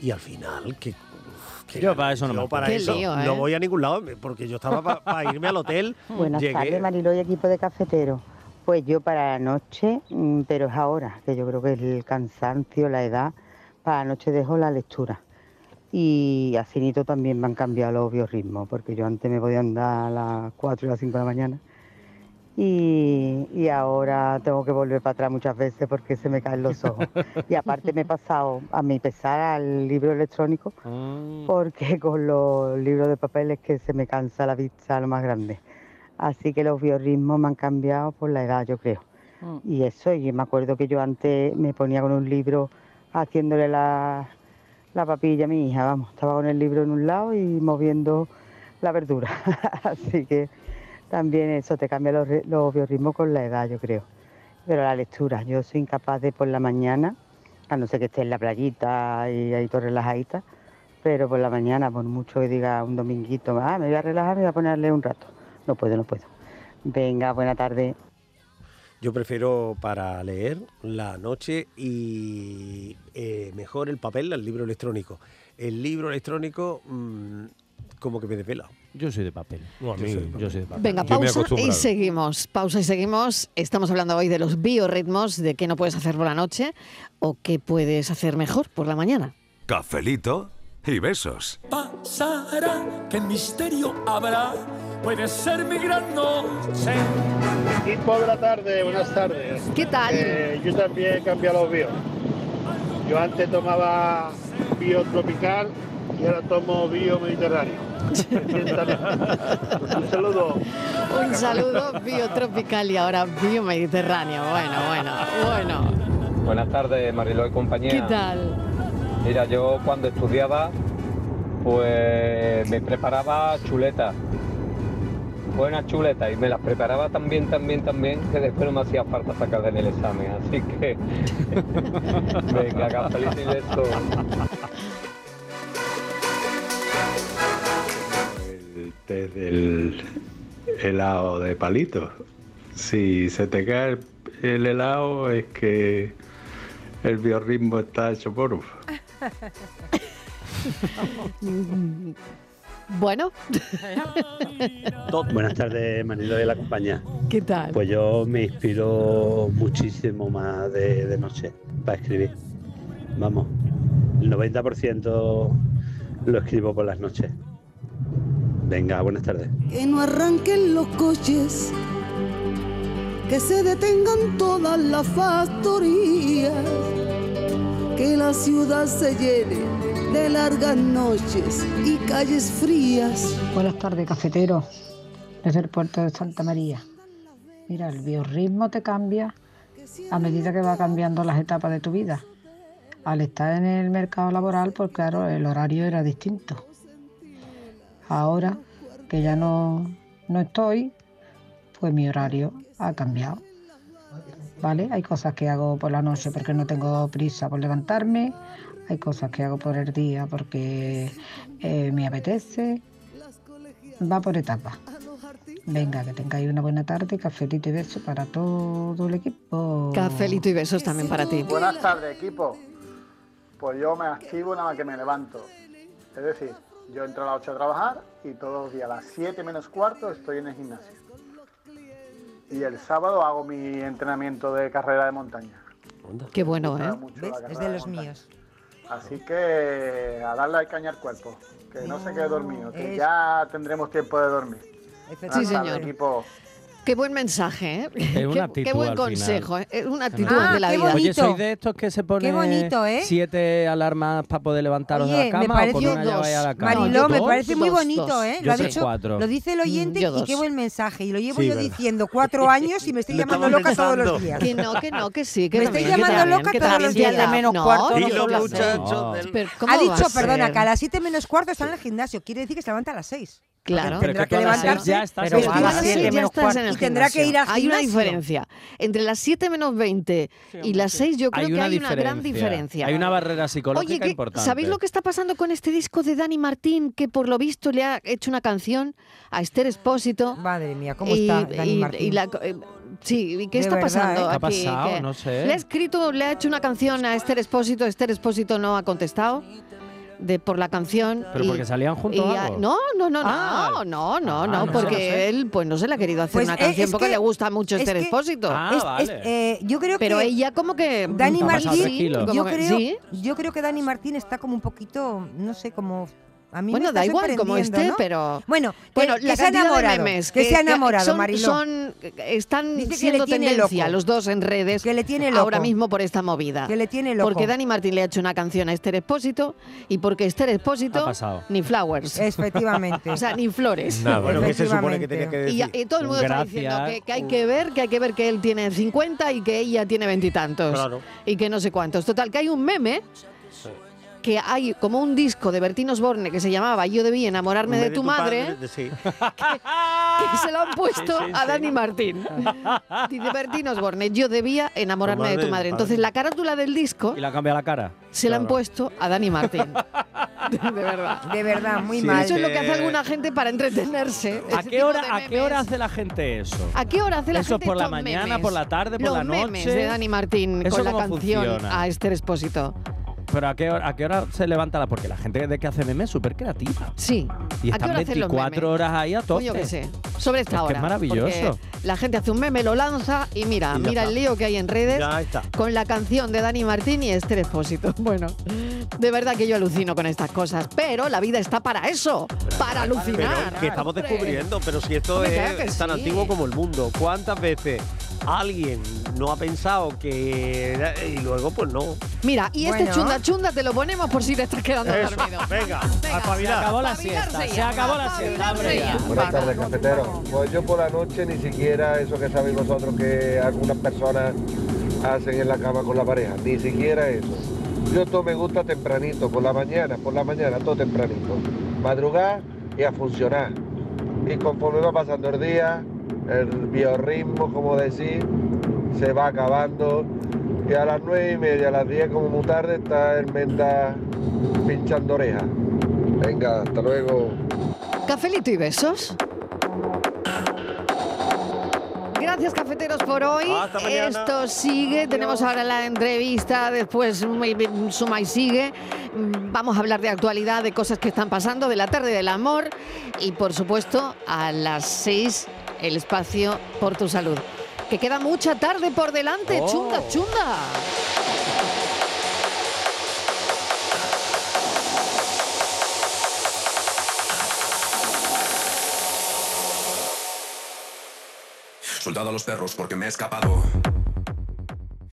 Y al final, que. uf, que
Yo para eso no me
yo
acuerdo.
para
Qué
eso
lío, ¿eh?
no voy a ningún lado porque yo estaba para irme al hotel.
Buenas
Mm. llegué-
tardes, Mariló y equipo de cafetero. Pues yo para la noche, mm, pero es ahora, que yo creo que es el cansancio, la edad, para la noche dejo la lectura. Y a Finito también me han cambiado los biorritmos, porque yo antes me podía andar a las 4 o las 5 de la mañana Y, y ahora tengo que volver para atrás muchas veces porque se me caen los ojos. Y aparte me he pasado a mi pesar al libro electrónico porque con los libros de papel es que se me cansa la vista lo más grande. Así que los biorritmos me han cambiado por la edad, yo creo.
Mm.
Y eso, y me acuerdo que yo antes me ponía con un libro haciéndole la, la papilla a mi hija, vamos, estaba con el libro en un lado y moviendo la verdura. Así que también eso te cambia los, ri- los biorritmos con la edad, yo creo. Pero la lectura, yo soy incapaz de por la mañana, a no ser que esté en la playita y ahí todo relajadita, pero por la mañana, por mucho que diga un dominguito, ah, me voy a relajar, me voy a ponerle un rato. No puedo, no puedo. Venga, buena tarde.
Yo prefiero para leer la noche y eh, mejor el papel al libro electrónico. El libro electrónico mm, como que me desvela.
Yo soy de papel.
yo, soy de papel.
Venga, pausa y seguimos. Pausa y seguimos. Estamos hablando hoy de los biorritmos, de qué no puedes hacer por la noche o qué puedes hacer mejor por la mañana.
Cafelito y besos.
Pasará, qué misterio habrá, puede ser mi gran noche.
Equipo de la tarde, buenas tardes.
¿Qué tal?
Eh, yo también he cambiado los bio. Yo antes tomaba bio tropical y ahora tomo bio mediterráneo. Un saludo.
Un saludo biotropical y ahora biomediterráneo. Bueno, bueno, bueno.
Buenas tardes, Mariló y compañía.
¿Qué tal?
Mira, yo cuando estudiaba, pues me preparaba chuletas. Buenas chuletas y me las preparaba también, también, también, que después no me hacía falta sacar en el examen. Así que, venga, cafelito y beso.
el té Este, del helado de palito. Si se te cae el, el helado es que el biorritmo está hecho polvo.
Mm, Bueno.
Buenas tardes, Manilo de la compañía.
¿Qué tal?
Pues yo me inspiro muchísimo más de, de noche para escribir. Vamos, el 90% lo escribo por las noches. Venga, buenas tardes.
Que no arranquen los coches, que se detengan todas las factorías, que la ciudad se llene de largas noches y calles frías.
Buenas tardes, cafetero, desde el puerto de Santa María. Mira, el biorritmo te cambia a medida que va cambiando las etapas de tu vida. Al estar en el mercado laboral, pues claro, el horario era distinto. Ahora que ya no, no estoy, pues mi horario ha cambiado. ¿Vale? Hay cosas que hago por la noche porque no tengo prisa por levantarme. Hay cosas que hago por el día porque eh, me apetece. Va por etapas. Venga, que tengáis una buena tarde, cafetito y beso para todo el equipo.
Cafelito y besos también para ti.
Buenas tardes, equipo. Pues yo me activo nada más que me levanto. Es decir, yo entro a las 8 a trabajar y todos los días a las 7 menos cuarto estoy en el gimnasio. Y el sábado hago mi entrenamiento de carrera de montaña.
Qué bueno,
¿eh?
¿Ves?
Es de los míos.
Así que a darle caña al cuerpo. Que no, se quede dormido, que
es-
ya tendremos tiempo de dormir. Buenas
Sí,
tardes,
señor.
equipo.
Qué buen mensaje, ¿eh?
Es una
qué,
actitud
qué buen
al final.
consejo, ¿eh? Es una actitud
Ah,
de la
qué
vida.
Oye, soy de estos que se pone
bonito, ¿eh?
siete alarmas para poder levantaros de
Oye,
la
me
cama o
parece
con una ya
dos.
vais a la cama.
Mariló, me
¿Dos?
parece muy
Dos,
bonito,
dos.
¿eh?
Yo
Lo, ha
soy
dicho-
cuatro.
lo dice el oyente
yo
y qué
dos.
buen mensaje. Y lo llevo
Sí,
yo
verdad.
diciendo cuatro años y me estoy
Lo
llamando
estaba
loca todos los
pensando.
días.
Que no, que no, que sí, que
Me estoy
también, que
llamando
también,
loca
que
todos los
también,
días.
que también. No, y
son
los
las
muchachos
seis.
del- Ah, Pero, ¿cómo
Ha dicho,
va a ser?
perdona, que a las siete menos cuarto está en el gimnasio. Quiere decir que se levanta a las seis.
Claro.
Porque tendrá que levantarse.
Pero tú a las siete ya
menos
estás
cuarto.
en el
Y tendrá que ir
gimnasio.
al
Hay una
gimnasio.
diferencia. Entre las 7 menos 20 y las 6 yo creo que hay una gran diferencia.
Hay una barrera psicológica
Oye, ¿qué-
importante.
¿sabéis lo que está pasando con este disco de Dani Martín? Que por lo visto le ha hecho una canción a Esther Espósito.
Madre mía, ¿cómo está Dani Martín?
eh, sí, ¿y qué
De
está
verdad,
pasando?
¿eh? ¿Qué ha
aquí?
pasado?
¿Qué?
No sé.
Le ha escrito, le ha hecho una canción a Esther Espósito, Esther Espósito no ha contestado. De, por la canción.
Pero
y-
porque salían
y
juntos o
a-
algo.
No, no, no,
Ah.
no, no, no, no,
Ah, no sé,
porque
no sé.
él pues no se le ha querido hacer
Pues,
una
eh,
canción
es
porque
que-
le gusta mucho
es
Esther
que-
Expósito.
Ah, Es- vale. es- eh, yo creo
Pero
que
ella como que
Dani
como que
Martín,
sí, como
yo
que-
creo,
sí.
yo creo que Dani Martín está como un poquito, no sé, como A mí me
Bueno,
está
da igual como esté,
sorprendiendo, ¿no?
pero.
Bueno, que-
bueno
que
la
se ha
cantidad de
enamorado,
memes
que se ha enamorado,
son,
Mariló.
son- están
Dice que le
siendo
tiene
tendencia
loco.
los dos en redes que le
tiene loco.
ahora mismo por esta movida.
Que le tiene loco.
Porque Dani Martín le ha hecho una canción a Esther Expósito y porque Esther
Ha
Expósito
pasado.
ni flowers.
Efectivamente.
o sea, ni flores.
Nada. Bueno,
¿qué se supone que tenía que
Y, ya-
decir?
y todo el mundo está diciendo que, que hay que ver, que hay que ver que él tiene 50 y que ella tiene veintitantos.
Claro.
Y que no sé cuántos. Total, que hay un meme que hay como un disco de Bertín Osborne que se llamaba Yo debí enamorarme de, tu madre,
padre, de- sí.
que se lo han puesto
Sí, sí,
a
sí.
Dani Martín. Dice Bertín Osborne, yo debía enamorarme de
Madre
tu
del
madre.
padre.
Entonces la carátula del disco
Y la cambia la cara.
se la han puesto a Dani Martín. De verdad.
De verdad, muy
Sí,
mal.
Eso es lo que hace
Eh,
alguna gente para entretenerse.
¿A
ese
qué,
tipo
hora,
de
¿A qué
memes.
hora hace la gente eso?
¿A qué hora hace la
Eso es
gente
por la
estos
mañana,
memes?
por la tarde, por
Los
la
memes
noche.
de Dani Martín
¿Eso
con la
cómo
canción
funciona?
a Esther Expósito.
Pero ¿a qué, hora, ¿a qué hora se levanta la...? Porque la gente de que hace memes es súper creativa.
Sí.
Y
¿A qué
están
hora hacen los
24
memes?
horas ahí a tope.
Pues yo qué sé. Sobre esta
Es que
hora.
es maravilloso.
porque La gente hace un meme, lo lanza y mira,
Y ya
mira el
está.
lío que hay en redes
Ya está.
con la canción de Dani Martín y Esther Expósito. Bueno, de verdad que yo alucino con estas cosas, pero la vida está para eso, para alucinar.
Pero que estamos
hombre.
descubriendo, pero si esto
Hombre,
es
claro que
tan
sí.
antiguo como el mundo, ¿cuántas veces alguien no ha pensado que era- y luego pues no?
Mira, y este
Bueno.
chunda chunda te lo ponemos por si te estás quedando
Eso.
dormido.
Venga,
Venga,
espabilar.
Se acabó la
espabilarse
siesta,
ya,
se acabó la siesta, hombre, ya.
espabilarse
Buenas tardes, cafetero. Pues yo por la noche ni siquiera eso que sabéis vosotros que algunas personas hacen en la cama con la pareja, ni siquiera eso. Yo todo me gusta tempranito, por la mañana, por la mañana, todo tempranito. Madrugar y a funcionar. Y conforme va pasando el día, el biorritmo, como decir, se va acabando. Y a las nueve y media, a las 10 como muy tarde, está el menta pinchando orejas. Venga, hasta luego.
Cafelito y besos. Gracias cafeteros por hoy.
Hasta mañana.
Esto sigue. Tenemos ahora la entrevista, después mm, suma y sigue. Mm, Vamos a hablar de actualidad, de cosas que están pasando, de la tarde del amor y por supuesto a las 6 el espacio por tu salud. Que queda mucha tarde por delante.
Oh.
Chunda, chunda.
Soldado a los perros porque me he escapado.